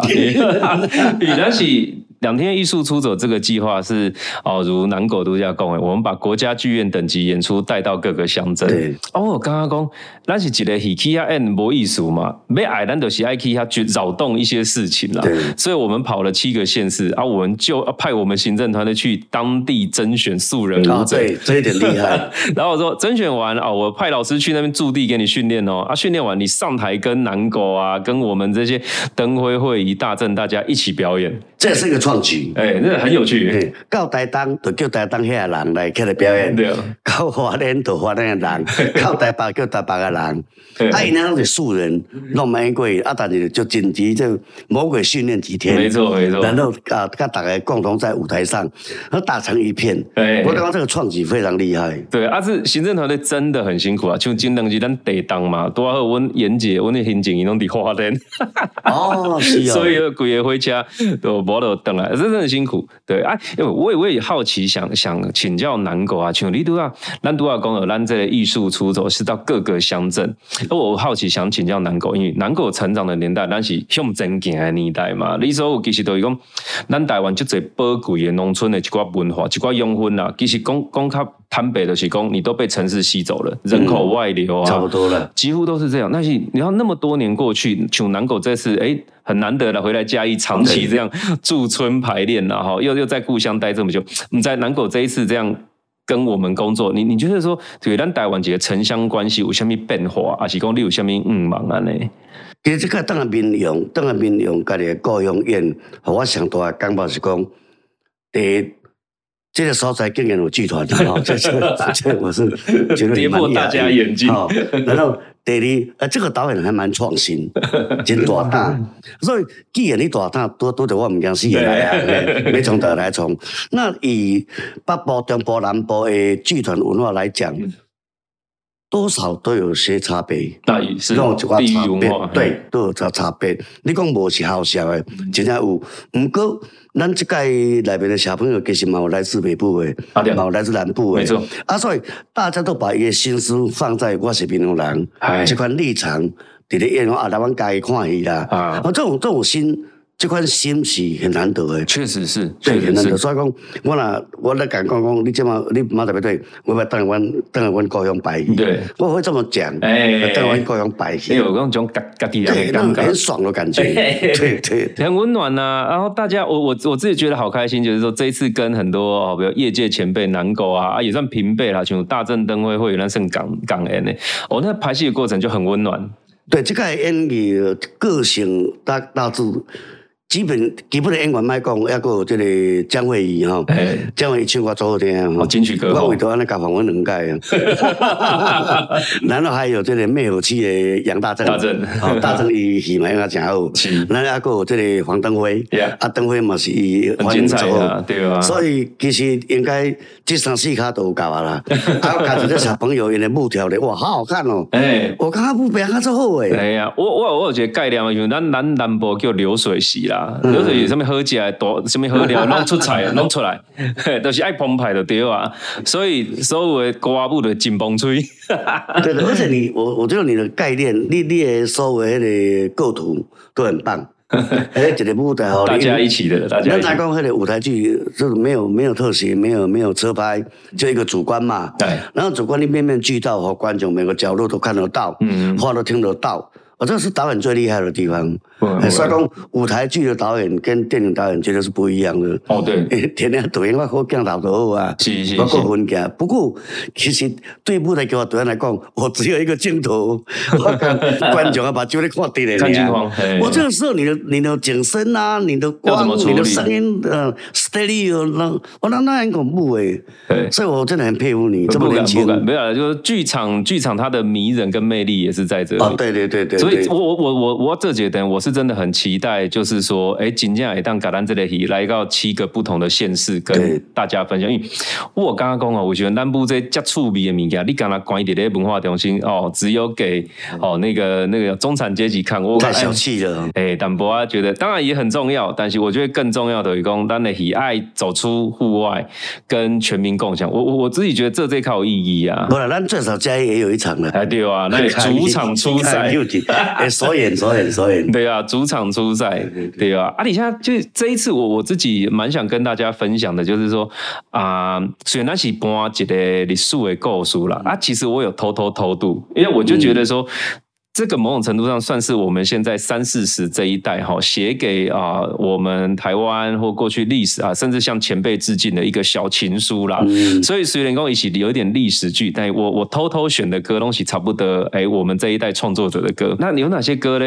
S3: 与南喜两天艺术出走这个计划是 *laughs* 哦，如南狗度假公园，我们把国家剧院等级演出带到各个乡镇
S2: 对。
S3: 哦，我刚刚讲，咱是一个戏曲啊，演无艺术嘛，要爱咱就是爱去遐去扰动一些事情啦。
S2: 对
S3: 所以我们跑了七个县市啊，我们就派我们行政团队去当地甄选素人舞
S2: 啊，
S3: 者。
S2: 对，这一点厉害，
S3: 然后我说甄选完哦，我派老师去那边驻地给你训练哦。啊，训练完你上台跟南狗啊，跟我们这些灯辉会一大阵大家一起表演，
S2: 这也是一个创举。
S3: 哎、那个很有趣。
S2: 嘿到台东就叫台东遐个人来起来表演，
S3: 对啊
S2: 到花莲就花莲的人，
S3: *laughs*
S2: 到台北叫台北的
S3: 对
S2: 人，啊，因那拢是素人，弄蛮过，啊，但是就紧急就魔鬼训练几天，
S3: 没错没错
S2: 然后啊，跟大家共同在舞台上，然后打成一片，
S3: 对
S2: 我刚刚这个创举非常厉害，
S3: 对，啊，是行政团队真的很辛苦啊，像金等级咱得当嘛，多好阮严姐，阮的刑警伊拢伫花莲，
S2: 哦，是哦，
S3: 所以规个回家都无得等啊，真的很辛苦。对啊，因为我也我也好奇想想请教南狗啊，像你都啊，咱都要讲了，咱这个艺术出走是到各个乡镇。而我好奇想请教南狗，因为南狗成长的年代，咱是向前行的年代嘛。你所有其实都是讲，咱台湾就最宝贵的农村的一寡文化、一寡养分啦。其实讲讲较坦白的是讲，你都被城市吸走了，人口外流啊，
S2: 差不多了。
S3: 几乎都是这样。但是你要那么多年过去，九南狗这次哎、很难得了，回来嘉义长期这样驻村排练了哈，又又在故乡待这么久。你在南狗这一次这样跟我们工作，你你觉得说，对咱台湾这个城乡关系有什么变化，还是讲你有什么嗯忙安呢？
S2: 其实这个当然民用，当然民用家己的故乡宴，互我上大的感觉是讲，第一，这个所在竟然有剧团，
S3: *laughs*
S2: 哦，这这这我是觉得
S3: 跌破
S2: 蛮讶异
S3: 大家眼镜
S2: 哦，然后第二，呃，这个导演还蛮创
S3: *laughs*
S2: 新，真大胆。所以既然你大胆，多多着我唔惊死的来啊，嘿没从头来从。那以北部、中部、南部的剧团文化来讲，多少都有些差别。
S3: 那也是
S2: 拢有一寡
S3: 地域
S2: 差
S3: 文化
S2: 别，，对，都有差差别。你讲无是好笑的，
S3: 嗯
S2: 真正有。毋过咱即届内面的小朋友其实嘛有来自北部的，
S3: 啊对
S2: 嘛有来自南部的，
S3: 没错。
S2: 啊，所以大家都把伊的心思放在我是闽南人
S3: 哎
S2: 这款立场，伫咧演讲啊，台湾家己看戏啦，哦
S3: 啊
S2: 这种这种心，这款心是很难得的。
S3: 确实是，确
S2: 对，
S3: 实
S2: 很难得。
S3: 是。
S2: 所以讲，我若我咧敢讲讲，你即马你马特别对，我要等下阮等下阮故乡排戏，
S3: 对
S2: 我会这么讲，
S3: 哎
S2: 等下阮故乡排戏
S3: 你。有那种家家己人
S2: 对，
S3: 的
S2: 那
S3: 感
S2: 种
S3: 觉
S2: 很。爽的感觉。 *laughs* 对对，
S3: 很温暖呐、然后大家，我我我自己觉得好开心，就是说这一次跟很多哦，比如业界前辈南狗啊，啊也算平辈啦，像大正灯会会有那剩港港人呢，哦，那排戏的过程就很温暖，
S2: 对，这个演技个性大大致。基本基本的演员莫讲，抑佫有即个江惠仪吼
S3: 哎，
S2: 江惠仪唱歌足好听
S3: 哦金曲歌后
S2: 我为着安尼甲访问两届
S3: *laughs*
S2: 啊。然后还有即个灭火器的杨大正，
S3: 大正
S2: 哦大正伊戏嘛应该真好
S3: *laughs* 是，
S2: 咱抑佫有即个黄登辉
S3: Yeah，
S2: 啊登辉嘛是伊
S3: 很精彩啊，对吧、
S2: 所以其实应该这三四卡都有够啊啦，
S3: *laughs*
S2: 啊，加上这小朋友因的木条咧，哇，好好看哦！
S3: 哎。
S2: 我看他木表看做好诶，
S3: 哎呀，我我我有一个概念啊嘛，因为咱咱南部叫流水席啦，
S2: 嗯
S3: 流水席上面喝起来多，上面
S2: *laughs*
S3: 喝料弄出彩，弄出来，嘿都是爱澎湃的对啊，所以所有的歌舞的紧绷吹，
S2: 对的。而且你，我我觉得你的概念，你你的所谓迄个构图都很
S3: *laughs*
S2: 棒，哎，一个舞台哦，
S3: 大家
S2: 你
S3: 一。起的，大家
S2: 咱
S3: 一起
S2: 才。讲迄个舞台剧，就是没有没有特写，没有没有车拍，就一个主观嘛。
S3: 对
S2: 然后主观你面面俱到，和观众每个角落都看得到，
S3: 嗯
S2: 话都听得到。哦，这是导演最厉害的地方。
S3: 嗯
S2: 哎所以讲，舞台剧的导演跟电影导演绝对是不一样的。
S3: 哦对
S2: *laughs* 天天导演我好镜头就好啊，
S3: 是是
S2: 我够分镜。不过，其实对舞台剧导演来讲，我只有一个镜头，我看观众啊把酒咧看地咧。
S3: 看情况嘿
S2: 啊我这个时候，你的你的景深啊，你的
S3: 要
S2: 光
S3: 怎么，处理
S2: 你的声音，呃，stereo，那我那那很恐怖诶。
S3: 对
S2: 所以我真的很佩服你这么
S3: 不
S2: 年
S3: 敢
S2: 轻
S3: 不。敢，没有啦，就是剧场剧场它的迷人跟魅力也是在这里。
S2: 啊，对对对对，
S3: 所以
S2: 对
S3: 我，我我我我这节等，我是真的很期待，就是说，哎，今天也当嘎咱这类戏来到七个不同的县市跟
S2: 对
S3: 大家分享。因为我刚刚讲哦，我觉得南部这接触味的物啊件，你刚刚关一点文化中心哦，只有给哦那个那个中产阶级看，我
S2: 嗯太小气了。
S3: 哎、淡薄啊，觉得当然也很重要，但是我觉得更重要的一讲，咱的喜爱走出户外，跟全民共享。我我我自己觉得这这靠有意义啊
S2: 不。啦，咱最少嘉义也有一场了。
S3: 哎，对啊，
S2: *laughs*
S3: 那主场出赛，
S2: 哎，所演所演所
S3: *laughs*
S2: 演，
S3: 对啊，主场出赛，对啊。啊，你现在就是这一次我，我自己蛮想跟大家分享的，就是说啊、虽然那是搬一个历史的构书啦，啊，其实我有偷偷偷渡，因为我就觉得说。这个某种程度上算是我们现在三四十这一代哈，写给啊、我们台湾或过去历史啊，甚至向前辈致敬的一个小情书啦。所以虽然跟我一起有一点历史剧，但我我偷偷选的歌东西差不多，哎，我们这一代创作者的歌。那有哪些歌呢？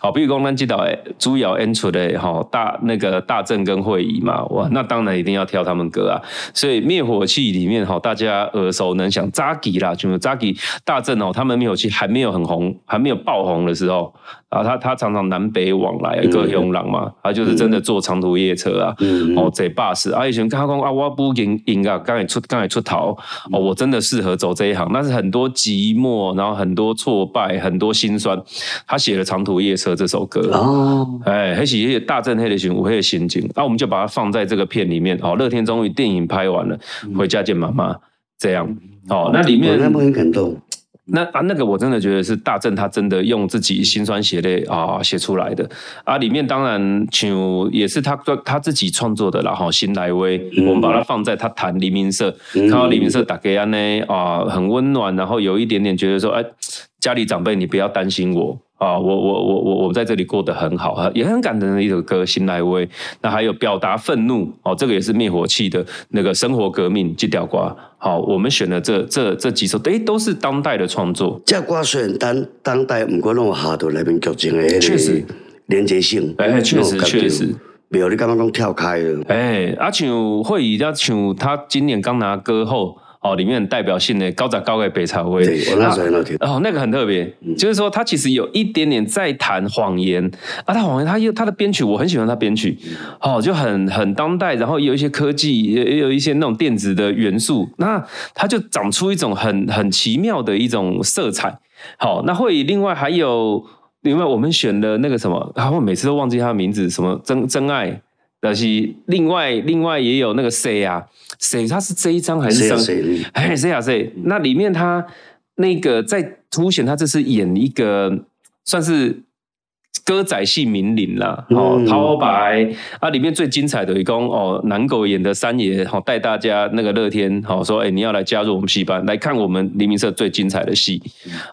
S3: 好，比如说咱记得哎，主要演出的哈、大那个大正跟会议嘛，哇，那当然一定要挑他们歌啊。所以灭火器里面哈、大家耳熟能详，扎吉啦，就是扎吉大正哦，他们灭火器还没有很红，还没有爆红的时候。啊，他他常常南北往来，一个雄狼嘛，他就是真的坐长途夜车啊，哦，坐 bus 啊，以前跟他讲啊，我不赢赢啊，刚才出刚才出逃，哦，我真的适合走这一行，但是很多寂寞，然后很多挫败，很多心酸，他写了《长途夜车》这首歌，
S2: 哦，
S3: 哎，黑喜夜大正黑的熊，我黑的刑警，啊那、我们就把它放在这个片里面。哦，乐天终于电影拍完了，回家见妈妈，这样。哦，那里
S2: 我
S3: 面
S2: 那部很感动。
S3: 那啊，那个我真的觉得是大正他真的用自己辛酸血泪啊写出来的啊，里面当然就也是他他自己创作的啦哈，新来威，我们把它放在他谈黎明社，看到黎明社打给安呢啊，很温暖，然后有一点点觉得说，哎，家里长辈你不要担心我。啊，我我我我我在这里过得很好，啊，也很感人的一首歌《新来威》。那还有表达愤怒哦，这个也是灭火器的那个生活革命这条瓜。好，我们选了这这这几首，诶，都是当代的创作。
S2: 这歌虽然当当代，不过弄下到内面剧情的
S3: 确实
S2: 连接性，
S3: 哎确实
S2: 那种感觉
S3: 确实。
S2: 没有，你刚刚讲跳开了，
S3: 诶，啊，像会议，啊，像他今年刚拿歌后哦，里面很代表性的高展高给北朝威，
S2: 对我那时候很好听。
S3: 哦，哎那个很特别，
S2: 嗯
S3: 就是说他其实有一点点在谈谎言啊，他谎言，他又他的编曲，我很喜欢他编曲，
S2: 嗯
S3: 哦，就很很当代，然后也有一些科技，也也有一些那种电子的元素，那他就长出一种很很奇妙的一种色彩。好，那会另外还有，另外我们选的那个什么，啊，我每次都忘记他的名字，什么真真爱。但是另外另外也有那个谁啊谁他是这一张还
S2: 谁
S3: 是上
S2: 啊谁嗯
S3: 哎，谁啊谁？那里面他那个在凸显他这是演一个算是歌仔戏名伶啦，哦，
S2: 嗯
S3: 陶白啊，里面最精彩的一公哦，南狗演的三爷哦，带大家那个乐天哦，说哎你要来加入我们戏班，来看我们黎明社最精彩的戏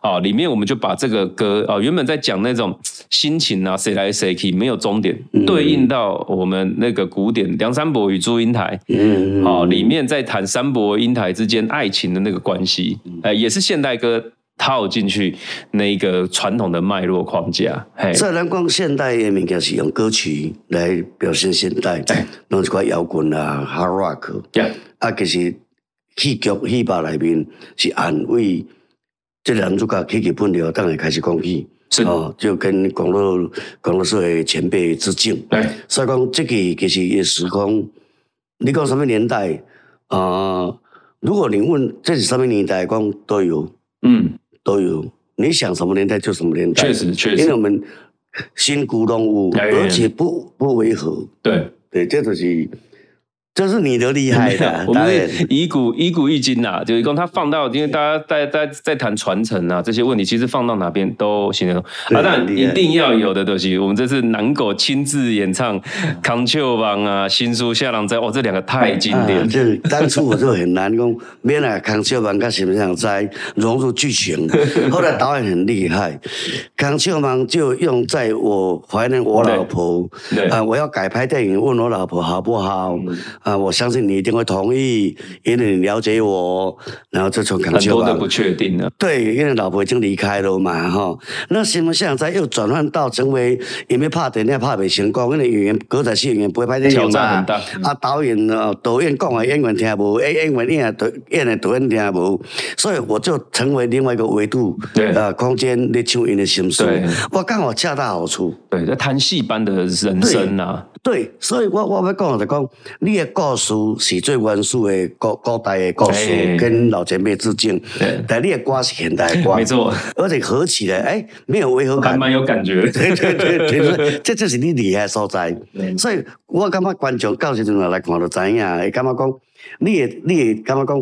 S3: 哦，里面我们就把这个歌哦，原本在讲那种心情啊，谁来谁去没有终点，对应到我们那个古典梁山伯与祝英台，
S2: 嗯，
S3: 哦，里面在谈三伯英台之间爱情的那个关系，
S2: 嗯
S3: 哎、也是现代歌套进去那个传统的脉络框架，嘿，
S2: 虽然讲现代的物件是用歌曲来表现现代，
S3: 哎
S2: 弄一块摇滚啊、hard rock，
S3: 呀，
S2: 啊，其实戏剧戏吧内面是安慰这个男主角去日本了，当然开始讲起，
S3: 是
S2: 哦，就跟广乐广乐社的前辈致敬。
S3: 对，
S2: 所以讲，这个其实也时空，你讲什么年代啊、呃如果你问这是什么年代，讲都有
S3: 嗯，
S2: 都有，你想什么年代就什么年代，
S3: 确实确
S2: 因为
S3: 实
S2: 我，们新古东物，
S3: 哎哎哎
S2: 而且不不违和。
S3: 对，
S2: 对，这就是这是你的厉害的，
S3: *laughs* 我
S2: 当
S3: 们
S2: 然。
S3: 是以古以古易今呐、就是讲他放到，因为大家在在在谈传承啊这些问题，其实放到哪边都行得通。
S2: 对
S3: 啊，但
S2: 很厉
S3: 一
S2: 害
S3: 定要有的东西，我们这次南狗亲自演
S2: *laughs*
S3: 唱《康丘王》啊，《新书下郎在》，哇，这两个太经典
S2: 啊
S3: 了。
S2: 这当初我就很难讲，免啊康秀芒跟什么样在融入剧
S3: *laughs*
S2: 情。后来导演很厉害，康秀芒就用在我怀念我老婆
S3: 对对，嗯
S2: 啊，我要改拍电影，问我老婆好不好？啊，我相信你一定会同意，因为你了解我。然后就从康
S3: 很
S2: 秀
S3: 多的
S2: 芒
S3: 不确定啊，
S2: 对，因为老婆已经离开了嘛，哈。那新闻现在又转换到成为，因为怕等下怕没成功，因为演员歌仔戏演员不会拍电影嘛
S3: 挑战很大
S2: 啊，导演呃导演讲的演员听无，演演员演的演的导演听无，所以我就成为另外一个维度，
S3: 对
S2: 呃，空间咧唱因的心
S3: 对
S2: 声，我刚好恰到好处。
S3: 对，在谈戏般的人生啊，
S2: 对，所以我我要讲的就讲，你的故事是最原始的古古代的故
S3: 哎
S2: 事，跟老前辈致敬
S3: 对。
S2: 但你的歌是现代的歌，
S3: 没错，
S2: 而且合起来，哎，没有违和
S3: 还
S2: 感。
S3: 蛮有感觉的。
S2: 对对对对对，这就是你厉害的所在。所以我感觉观众到时阵来看就知影，会感觉讲，你会你会感觉讲，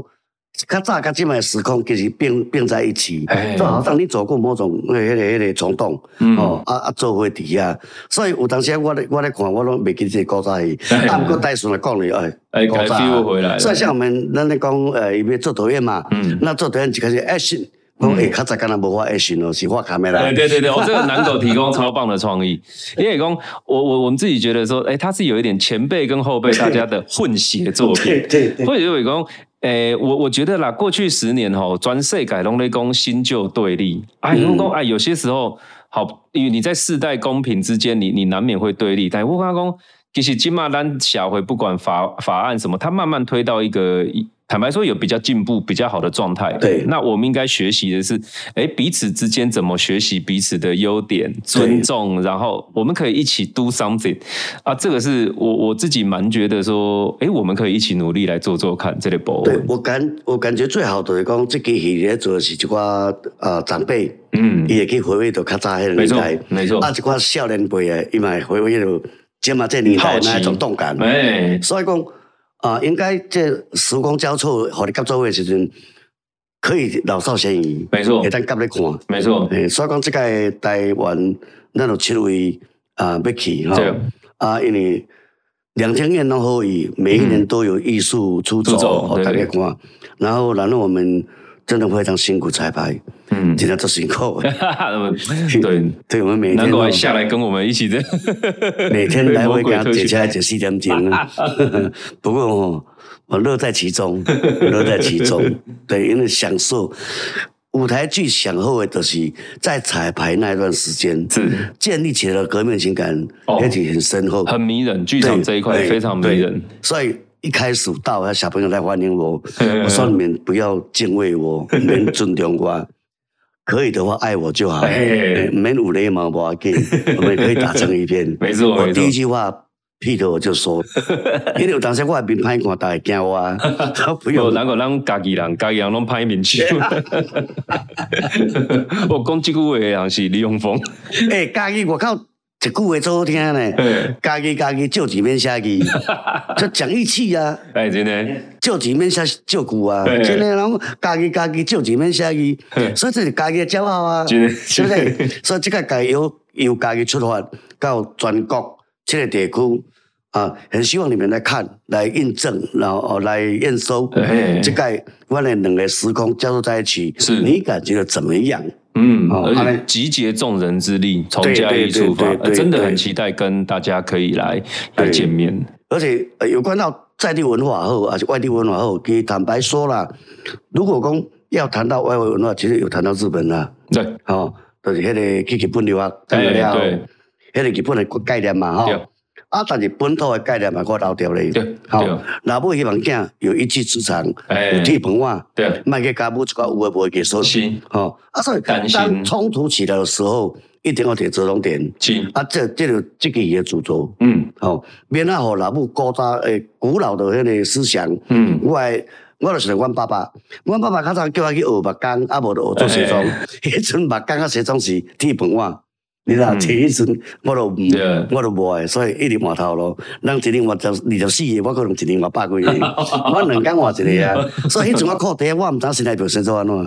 S2: 较早甲即卖时空其实并并在一起
S3: 哎，
S2: 就好像你走过某种迄、那个迄、那个冲动，
S3: 嗯
S2: 哦啊啊做伙伫啊，所以有当时我咧我咧看我拢袂记这个古早戏，
S3: 哎
S2: 啊毋过戴顺来讲你哎。
S3: 哎，
S2: 古
S3: 改
S2: 早
S3: feel 回来
S2: 所以
S3: 了。
S2: 像我们咱咧讲，呃，伊要做导演嘛，
S3: 嗯
S2: 那做导演一开始 action，讲诶，较早敢若无发 action 哦，是发卡没啦
S3: 对。对对对，哦我、这个南狗提供超棒的创意，因为讲我我我们自己觉得说，哎，它是有一点前辈跟后辈大家的混血作品，
S2: 对对
S3: 或者是讲，诶、我我觉得啦，过去十年吼，专世改拢在讲新旧对立，哎，
S2: 嗯
S3: 拢讲哎，有些时候好，因为你在世代公平之间，你你难免会对立，但我刚刚其实今嘛咱小回不管法法案什么，它慢慢推到一个。坦白说，有比较进步、比较好的状态。
S2: 对
S3: 那我们应该学习的是，哎，彼此之间怎么学习彼此的优点、尊重，然后我们可以一起 do something。啊，这个是我我自己蛮觉得说，诶，我们可以一起努力来做做看这类博
S2: 对
S3: 文。
S2: 我感我感觉最好就是讲，这期戏咧做的是一寡呃长辈，
S3: 嗯，
S2: 伊会去回味到较早迄个
S3: 没
S2: 年
S3: 错
S2: 代，，
S3: 没错
S2: 啊，。一寡少年辈的，伊嘛会回味到即嘛这年代的那一种动感。
S3: 哎，
S2: 所以讲啊、应该这时光交错，互你合作的时阵，可以老少咸宜，
S3: 没错
S2: 会当夹咧看。
S3: 没错，
S2: 诶，所以讲，即个台湾咱有七位啊、要去吼
S3: 对，
S2: 啊，因为两天宴拢好以，每一年都有艺术出
S3: 出走
S2: 走，哦
S3: 对
S2: 大家看。然后，然后我们真的非常辛苦彩排，
S3: 嗯，
S2: 真的都辛
S3: *laughs*
S2: 苦的。
S3: 对，
S2: 对，我们每
S3: 难
S2: 天
S3: 怪
S2: 哦
S3: 下来跟我们一起的，
S2: 每天来回给他
S3: 被魔鬼推
S2: 解
S3: 去
S2: 下来解四点
S3: *laughs*
S2: 钟啊。不过哦，我乐在其中，
S3: *laughs*
S2: 乐在其中。对，因为享受舞台剧享受的，就是在彩排那段时间，
S3: 是
S2: 建立起了革命情感，
S3: 哦
S2: 而且很深厚。
S3: 很迷人。剧
S2: 对
S3: 场这一块
S2: 对
S3: 非常迷
S2: 对
S3: 人。
S2: 所以一开始到，那小朋友来欢迎
S3: *laughs*
S2: 我，我说你们不要敬畏我，你们尊重我。可以的话，爱我就
S3: *laughs*
S2: 好，
S3: 哎
S2: 哎免有礼貌，不要
S3: *laughs*
S2: 紧，我们可以打成一片。
S3: 没错
S2: 我
S3: 没错
S2: 第一句话劈头我就
S3: *laughs*
S2: 说，因为有当时我的面歹看，大家惊我啊，不
S3: 有
S2: 用
S3: 难怪咱家己人，家己人拢拍面
S2: *laughs*
S3: 去。我讲这句话的人是李永峰，
S2: 哎，家己我靠，一句话最好听呢，
S3: 哎，
S2: 家己家己借几面写
S3: *laughs*
S2: 字，就讲义气啊。
S3: 哎真的，
S2: 借钱免写借句啊
S3: 嘿，
S2: 真诶，人家己家己借钱免写字
S3: 嘿，
S2: 所以这是家己诶骄傲啊，
S3: 真
S2: 对
S3: 的
S2: 不对？所以这个家己由由家己出发到全国七个地区啊，很希望你们来看、来印证，然后哦来验收
S3: 嘿。
S2: 这个我们两个时空交错在一起，
S3: 是
S2: 你感觉怎么样？
S3: 嗯，
S2: 哦
S3: 而
S2: 啊
S3: 且
S2: 嘞
S3: 集结众人之力，从
S2: 对
S3: 嘉
S2: 对
S3: 义
S2: 对
S3: 出发，
S2: 对
S3: 呃
S2: 对
S3: 真的
S2: 对
S3: 很期待跟大家可以来来
S2: 对
S3: 见面。
S2: 而且、呃、有关到在地文化后，而且外地文化后，其实坦白说啦，如果讲要谈到外围文化，其实有谈到日本啦、
S3: 对，
S2: 吼、就是迄个去日本留学，等
S3: 哎
S2: 了后，
S3: 对
S2: 迄、个日本的概念嘛，吼、
S3: 对
S2: 啊，但是本土的概念嘛，我留掉咧
S3: 对，对
S2: 老母希望囝有一技之长，
S3: 哎
S2: 有铁盆碗，
S3: 对，
S2: 卖去家母一寡有诶无诶给收，
S3: 是
S2: 吼、啊，所以
S3: 担心
S2: 当冲突起来的时候，一定要提折中点，
S3: 请，
S2: 啊，这这就这个伊的主轴，
S3: 嗯
S2: 吼、免啊，互老母古早诶古老的迄个思想，
S3: 嗯，
S2: 我的我就是阮爸爸，阮爸爸
S3: 哎
S2: *laughs* 较早叫我去学木工，啊无就学做西装。迄阵木工啊西装是铁饭碗，你若坐迄阵，我都唔
S3: 嗯对，
S2: 我都无爱，所以一直换头路。咱一年换十二十四个，我可能一年换百几
S3: *laughs*
S2: 个，我两工换一个啊。所以迄阵我靠底，我毋知新台票生做安
S3: *laughs*
S2: 怎，啊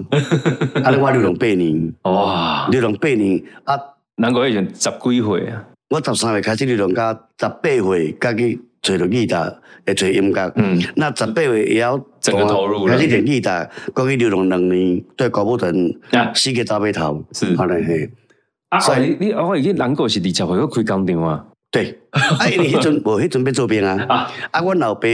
S2: 安尼我流浪八年，
S3: 哦哇，
S2: 流浪八年啊，
S3: 难怪迄阵十几岁啊，
S2: 我十三岁开始流浪，到十八岁家己找着吉他，会找音乐。
S3: 嗯，
S2: 那十八岁也要
S3: 整个投入了
S2: 开始练吉他，过去流浪两年，对高普屯
S3: 啊
S2: 四个大背头，
S3: 是
S2: 安尼嘿。
S3: 啊，
S2: 所
S3: 所
S2: 以
S3: 以你我已经难过是二十岁要开工厂啊，
S2: 对，啊，因为迄
S3: *laughs*
S2: 阵无迄阵要做兵啊
S3: 啊，嗯
S2: 啊，阮老爸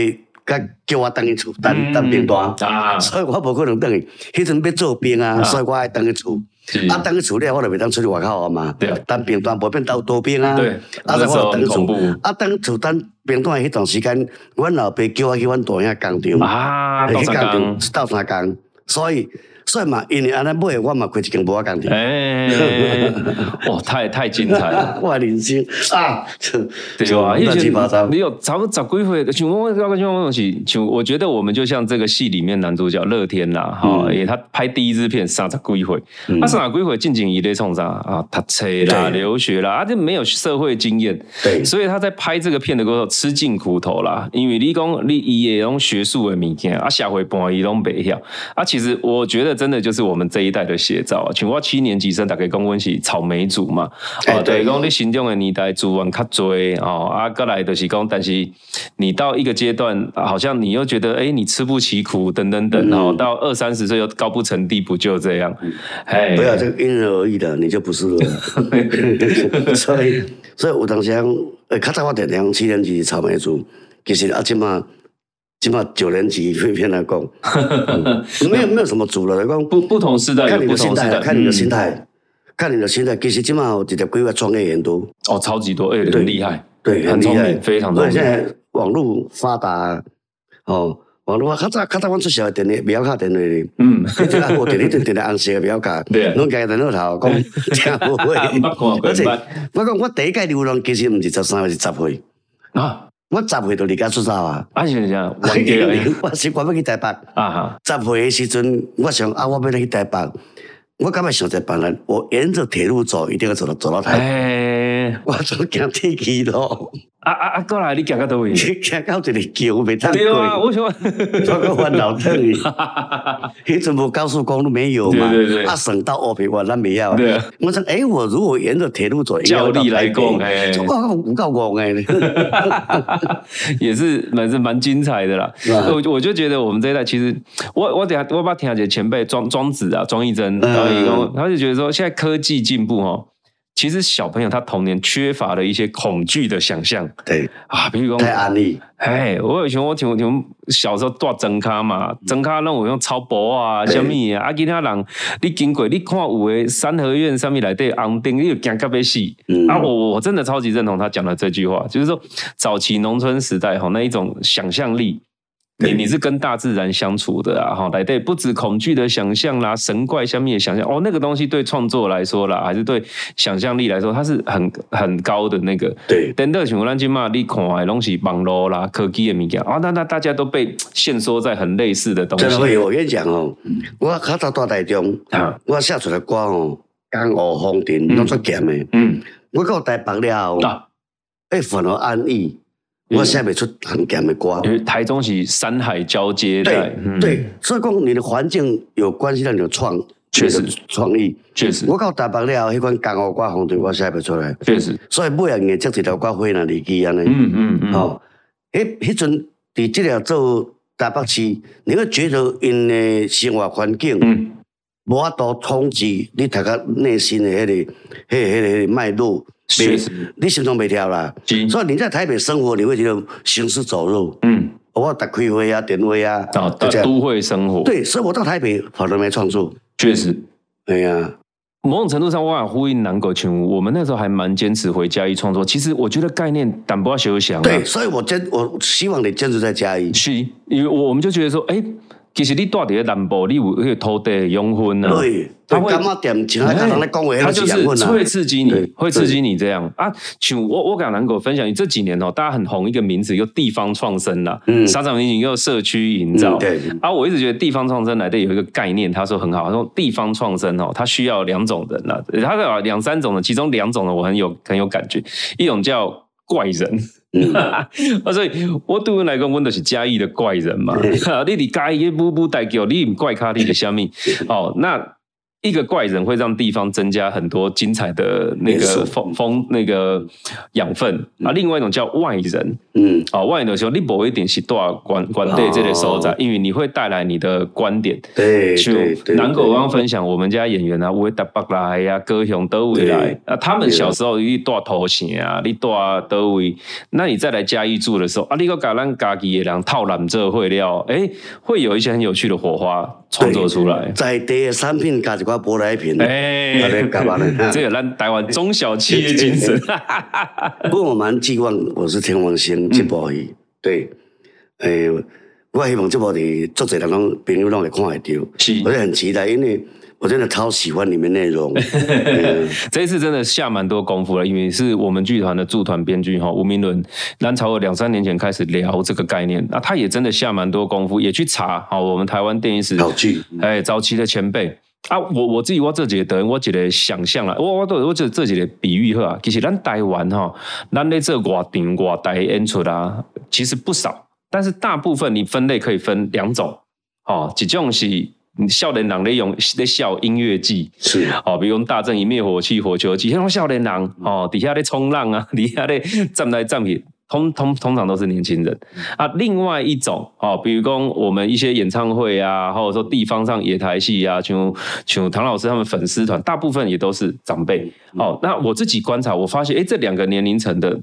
S2: 甲叫我等去厝，等等兵单，
S3: 啊，
S2: 所以我无可能等去。迄阵要做兵啊，
S3: 啊
S2: 所以我爱等去厝。
S3: 是
S2: 啊，等去厝了，我就袂当出去外口啊嘛
S3: 对啊。
S2: 等兵单无变到多兵啊。
S3: 对
S2: 啊，所以我就等去
S3: 那时候很恐
S2: 厝
S3: 怖。
S2: 啊，等去厝等兵单迄段时间，阮老爸叫我去阮大兄工厂，
S3: 啊，
S2: 嘿
S3: 到
S2: 去
S3: 三工，
S2: 斗三工，所以所以嘛，因为安尼买，我嘛开一间无我工厂。
S3: 哎，哇，太太精彩
S2: *laughs*
S3: 了。
S2: 我的人生啊，
S3: 对啊，
S2: 乱七八糟
S3: 你。有差不多十几岁，像我刚刚像我是像我觉得我们就像这个戏里面男主角乐天啦，哈、
S2: 嗯
S3: 也他拍第一支片三十几岁，
S2: 嗯
S3: 他三十几岁进前一类冲啥啊，读册啦、
S2: 对
S3: 留学啦，啊，就没有社会经验，
S2: 对
S3: 所以他在拍这个片的时候吃尽苦头啦，因为你讲你伊也用学术的物件，啊，社会半伊拢袂晓，啊，其实我觉得真的就是我们这一代的写照啊，像我七年级生大概讲阮是草莓族嘛，
S2: 哎
S3: 哦，
S2: 对
S3: 对，讲你心中的年代资源较多哦，啊，过来就是讲，但是你到一个阶段，好像你又觉得，哎，你吃不起苦，等等
S2: 嗯
S3: 等，哦，到二三十岁又高不成低不就这样，哎
S2: 不，要这个因人而异的，你就不是
S3: *laughs*
S2: 了。所以，所以有当时讲，呃，较早我定定七年级是草莓族，其实啊，即嘛，即嘛九年级偏偏来
S3: *laughs*
S2: 讲，嗯没有没有什么族了，来讲
S3: 不不同时代有
S2: 看你
S3: 不
S2: 的
S3: 同
S2: 心
S3: 时代
S2: 态，，啊看你的心
S3: 嗯，
S2: 态，看你的心态。其实即嘛有一个规划创业研读，
S3: 哦，超级多，哎，很厉害，
S2: 对，
S3: 很
S2: 厉
S3: 聪
S2: 害，
S3: 明，非常
S2: 所
S3: 聪
S2: 以
S3: 明
S2: 现，在网络发达，哦，网络较早较早阮出社会电话，不晓敲电话哩。
S3: 嗯，
S2: 你即个我电你电电红色不晓教，
S3: 对啊。
S2: 拢家电脑头讲 *laughs* 听无会
S3: 不看过
S2: 而且
S3: 不捌
S2: 我讲我第一届流浪其实毋是十三岁，是十岁。
S3: 啊，
S2: 我十岁就离家出走啊！
S3: 啊，是是啊，
S2: 我
S3: 玩家
S2: *laughs*
S3: 了
S2: 是我要去台北。
S3: 啊哈，
S2: 十岁的时阵，我想啊，我要去台北。我感觉想一个办法，我沿着铁路走，一定要走到走到台北。
S3: 哎，
S2: 我走行铁骑路，
S3: 啊啊啊，过来，你行
S2: *laughs*
S3: 到倒位，
S2: 行到一个桥袂当
S3: 对啊，
S2: 过，
S3: 我想。 *laughs*
S2: 我个翻头转去。迄阵无高速公路没有嘛？
S3: 对对对
S2: 啊，省道二平我咱没有。
S3: 对啊
S2: 我说，哎，我如果沿着铁路走，
S3: 照
S2: 应
S3: 例
S2: 该
S3: 来
S2: 到台
S3: 讲，
S2: 北
S3: 哎，
S2: 哇，有够戆
S3: *laughs*
S2: 诶！
S3: *laughs* 也是蛮是啊蛮精彩的啦
S2: 是吧。
S3: 我我就觉得我们这一代，其实我我等下我把听姐前辈庄庄子啊，庄义珍，然后一个，他就觉得说，现在科技进步哦，其实小朋友他童年缺乏了一些恐惧的想象
S2: 对，
S3: 啊，比如
S2: 太
S3: 说。
S2: 安逸，
S3: 哎，我有前我听我听小时候带针卡嘛，针卡让我用超薄啊，
S2: 对
S3: 什么的啊，啊，其他人你经过你看有的三合院上面来对红灯，你有惊到要死。
S2: 嗯
S3: 啊，我我真的超级认同他讲的这句话，就是说早期农村时代哈那一种想象力。你
S2: 对
S3: 你是跟大自然相处的啊，哈，来对不止恐惧的想象啦，神怪下面的想象哦，那个东西对创作来说啦，还是对想象力来说，它是很很高的那个。
S2: 对
S3: 等到像咱今嘛，你看的拢是网络啦、科技的物件啊，那那大家都被限缩在很类似的东西
S2: 真的会有。我跟你讲哦，我较早大台中，
S3: 啊，
S2: 我写出来歌哦，江湖风尘拢出咸诶。
S3: 嗯，
S2: 我到台北了后，
S3: 啊，
S2: 哎，反而安逸，
S3: 嗯
S2: 我写袂出很咸的歌
S3: 因。为台中是山海交接带
S2: 对，
S3: 嗯，
S2: 对，所以讲你的环境有关系到你的创，
S3: 确实
S2: 你的创意。
S3: 确实
S2: 我到台北了后，迄款江湖歌风尘我写袂出来，
S3: 确实，
S2: 所以尾啊硬接一条歌火若离去安尼。
S3: 嗯嗯嗯，
S2: 哦，迄迄阵伫即个做台北市，你会觉得因的生活环境
S3: 嗯，
S2: 无法度统治你大家内心的迄、个、迄、个、迄、个、迄个脉络，
S3: 确
S2: 袂
S3: 实，
S2: 你心中袂跳啦。
S3: 是
S2: 所以你在台北生活，你会觉得行尸走肉，
S3: 嗯，
S2: 我打开会啊、点位啊，就
S3: 啊，到
S2: 这样。
S3: 都会生活，，
S2: 对，所以我到台北反而没创作。
S3: 确实。
S2: 哎呀，
S3: 某种程度上，我想呼应南狗群舞，我们那时候还蛮坚持回家一创作。其实我觉得概念胆不要休想啊，
S2: 对，所以我坚，我希望你坚持在嘉义。
S3: 是，因为我我们就觉得说，哎、其实你住伫咧南部，你有迄个土地的养分啊，
S2: 对，
S3: 它
S2: 对，
S3: 会
S2: 干嘛点请来跟人来讲话，
S3: 它
S2: 那
S3: 就是是
S2: 养分
S3: 会
S2: 啊。
S3: 刺激你
S2: 对，
S3: 会刺激你这样啊。请我我跟南狗分享，你这几年哦，大家很红一个名字，又地方创生啦，
S2: 嗯
S3: 沙场民警又社区营造，
S2: 嗯对
S3: 啊，我一直觉得地方创生来的有一个概念，他说很好，他说地方创生哦，它需要两种人啦，他有两三种的，其中两种的我很有很有感觉，一种叫。怪人
S2: 嗯，
S3: *laughs* 啊，所以我对我来讲，我就是嘉义的怪人嘛。
S2: 嗯
S3: 啊你伫嘉义步步代叫，你不怪咖喱的虾米？哦，那一个怪人会让地方增加很多精彩的那
S2: 元
S3: 个
S2: 素
S3: 风风那个养分啊。另外一种叫外人
S2: 嗯，
S3: 啊、哦，外人的时候你不一定是多少管管对这类收窄
S2: 哦，
S3: 因为你会带来你的观点。
S2: 对
S3: 就
S2: 对对，
S3: 南狗
S2: 对
S3: 刚刚分享，我们家演员啊，有的北来呀、高雄都位来
S2: 对
S3: 啊，他们小时候你带头型啊，你带都位，那你再来嘉义住的时候啊，你个甲咱家己的人套揽这会料，诶，会有一些很有趣的火花创作出来。
S2: 在地的产品加一寡舶来品，
S3: 哎
S2: 啊你干嘛呢
S3: *laughs* 这个咱台湾中小企业精
S2: *laughs*
S3: 神，
S2: 啊不过我蛮寄望我是天王
S3: 嗯
S2: 星这部戏，对，诶、我希望这部戏做者人讲朋友拢会看会到，
S3: 是
S2: 我是很期待，因为我真的超喜欢里面内
S3: *laughs*
S2: 容，嗯
S3: 这一次真的下蛮多功夫了，因为是我们剧团的驻团编剧哈吴明伦，南朝我两三年前开始聊这个概念，那他也真的下蛮多功夫，也去查好我们台湾电影史
S2: 好剧，
S3: 哎，早期的前辈啊，我我自己我这几个等于我一个想象啊，我我都我这这几个比喻呵，其实咱台湾吼，咱咧这外场外台演出啊，其实不少，但是大部分你分类可以分两种，哦，一种是你少年人咧用咧笑音乐剧，
S2: 是
S3: 哦，比如讲大阵一灭火器、火球器，迄种少年人哦，底下咧冲浪啊， *laughs* 底下咧站来站去，通通通常都是年轻人啊。另外一种哦，比如讲我们一些演唱会啊，或者说地方上野台戏啊，像像唐老师他们粉丝团，大部分也都是长辈哦。那我自己观察，我发现诶，这两个年龄层的。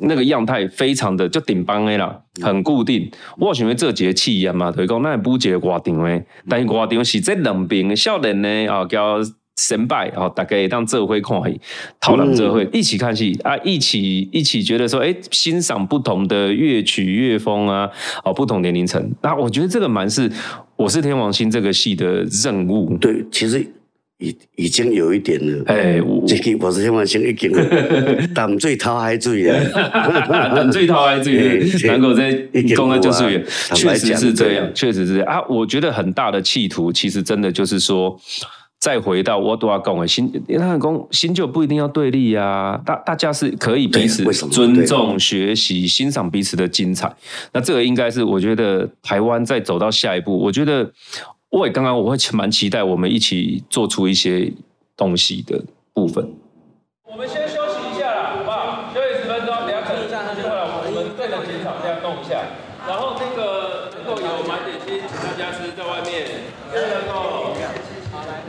S3: 那个样态非常的就顶帮的啦，很固定。我想要做一个试验嘛，就是讲咱补一个外场的，但是外场是这两边的少年呢啊，交神拜啊，大家当这会看戏，讨论这会一起看戏啊，一起一起觉得说，哎、欣赏不同的乐曲乐风啊，哦，不同年龄层。那我觉得这个蛮是《我是天王星》这个戏的任务。
S2: 对，其实已已经有一点了，
S3: 哎，我
S2: 这个我是天王星已经淡水掏海水啊，
S3: *laughs* 但最讨厌
S2: *laughs*
S3: 这
S2: 欸
S3: 个南狗在公安就是也，
S2: 一点五啊
S3: 确实是这
S2: 坦白
S3: 样，
S2: 讲
S3: 确实是这样啊。我觉得很大的企图，其实真的就是说，再回到我都要讲的新，那讲新旧不一定要对立啊，大大家是可以彼此
S2: 对为什么
S3: 尊重、学习、欣赏彼此的精彩。那这个应该是我觉得台湾再走到下一步，我觉得我也刚刚我会蛮期待我们一起做出一些东西的部分。
S5: 我们先休息一下啦，好不好？休息十分钟，两整一下，接下来我们对着前场这样动一下。然后那个如果有买点心，请大家吃，在外面这能够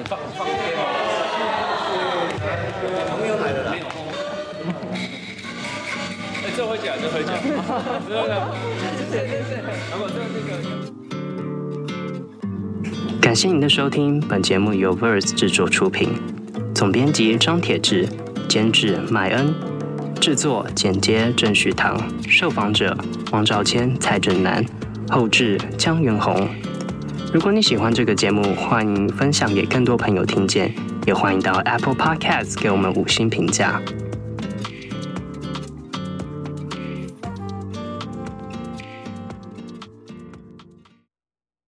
S5: 放放电哦。没有买的啦。哎，这会讲，这会讲，这会讲。
S1: 感谢您的收听，本节目由 Verse 制作出品，总编辑张铁志，监制麦恩，制作剪接郑旭堂，受访者王兆谦、蔡振南，后制江元红。如果你喜欢这个节目，欢迎分享给更多朋友听见，也欢迎到 Apple Podcast 给我们五星评价。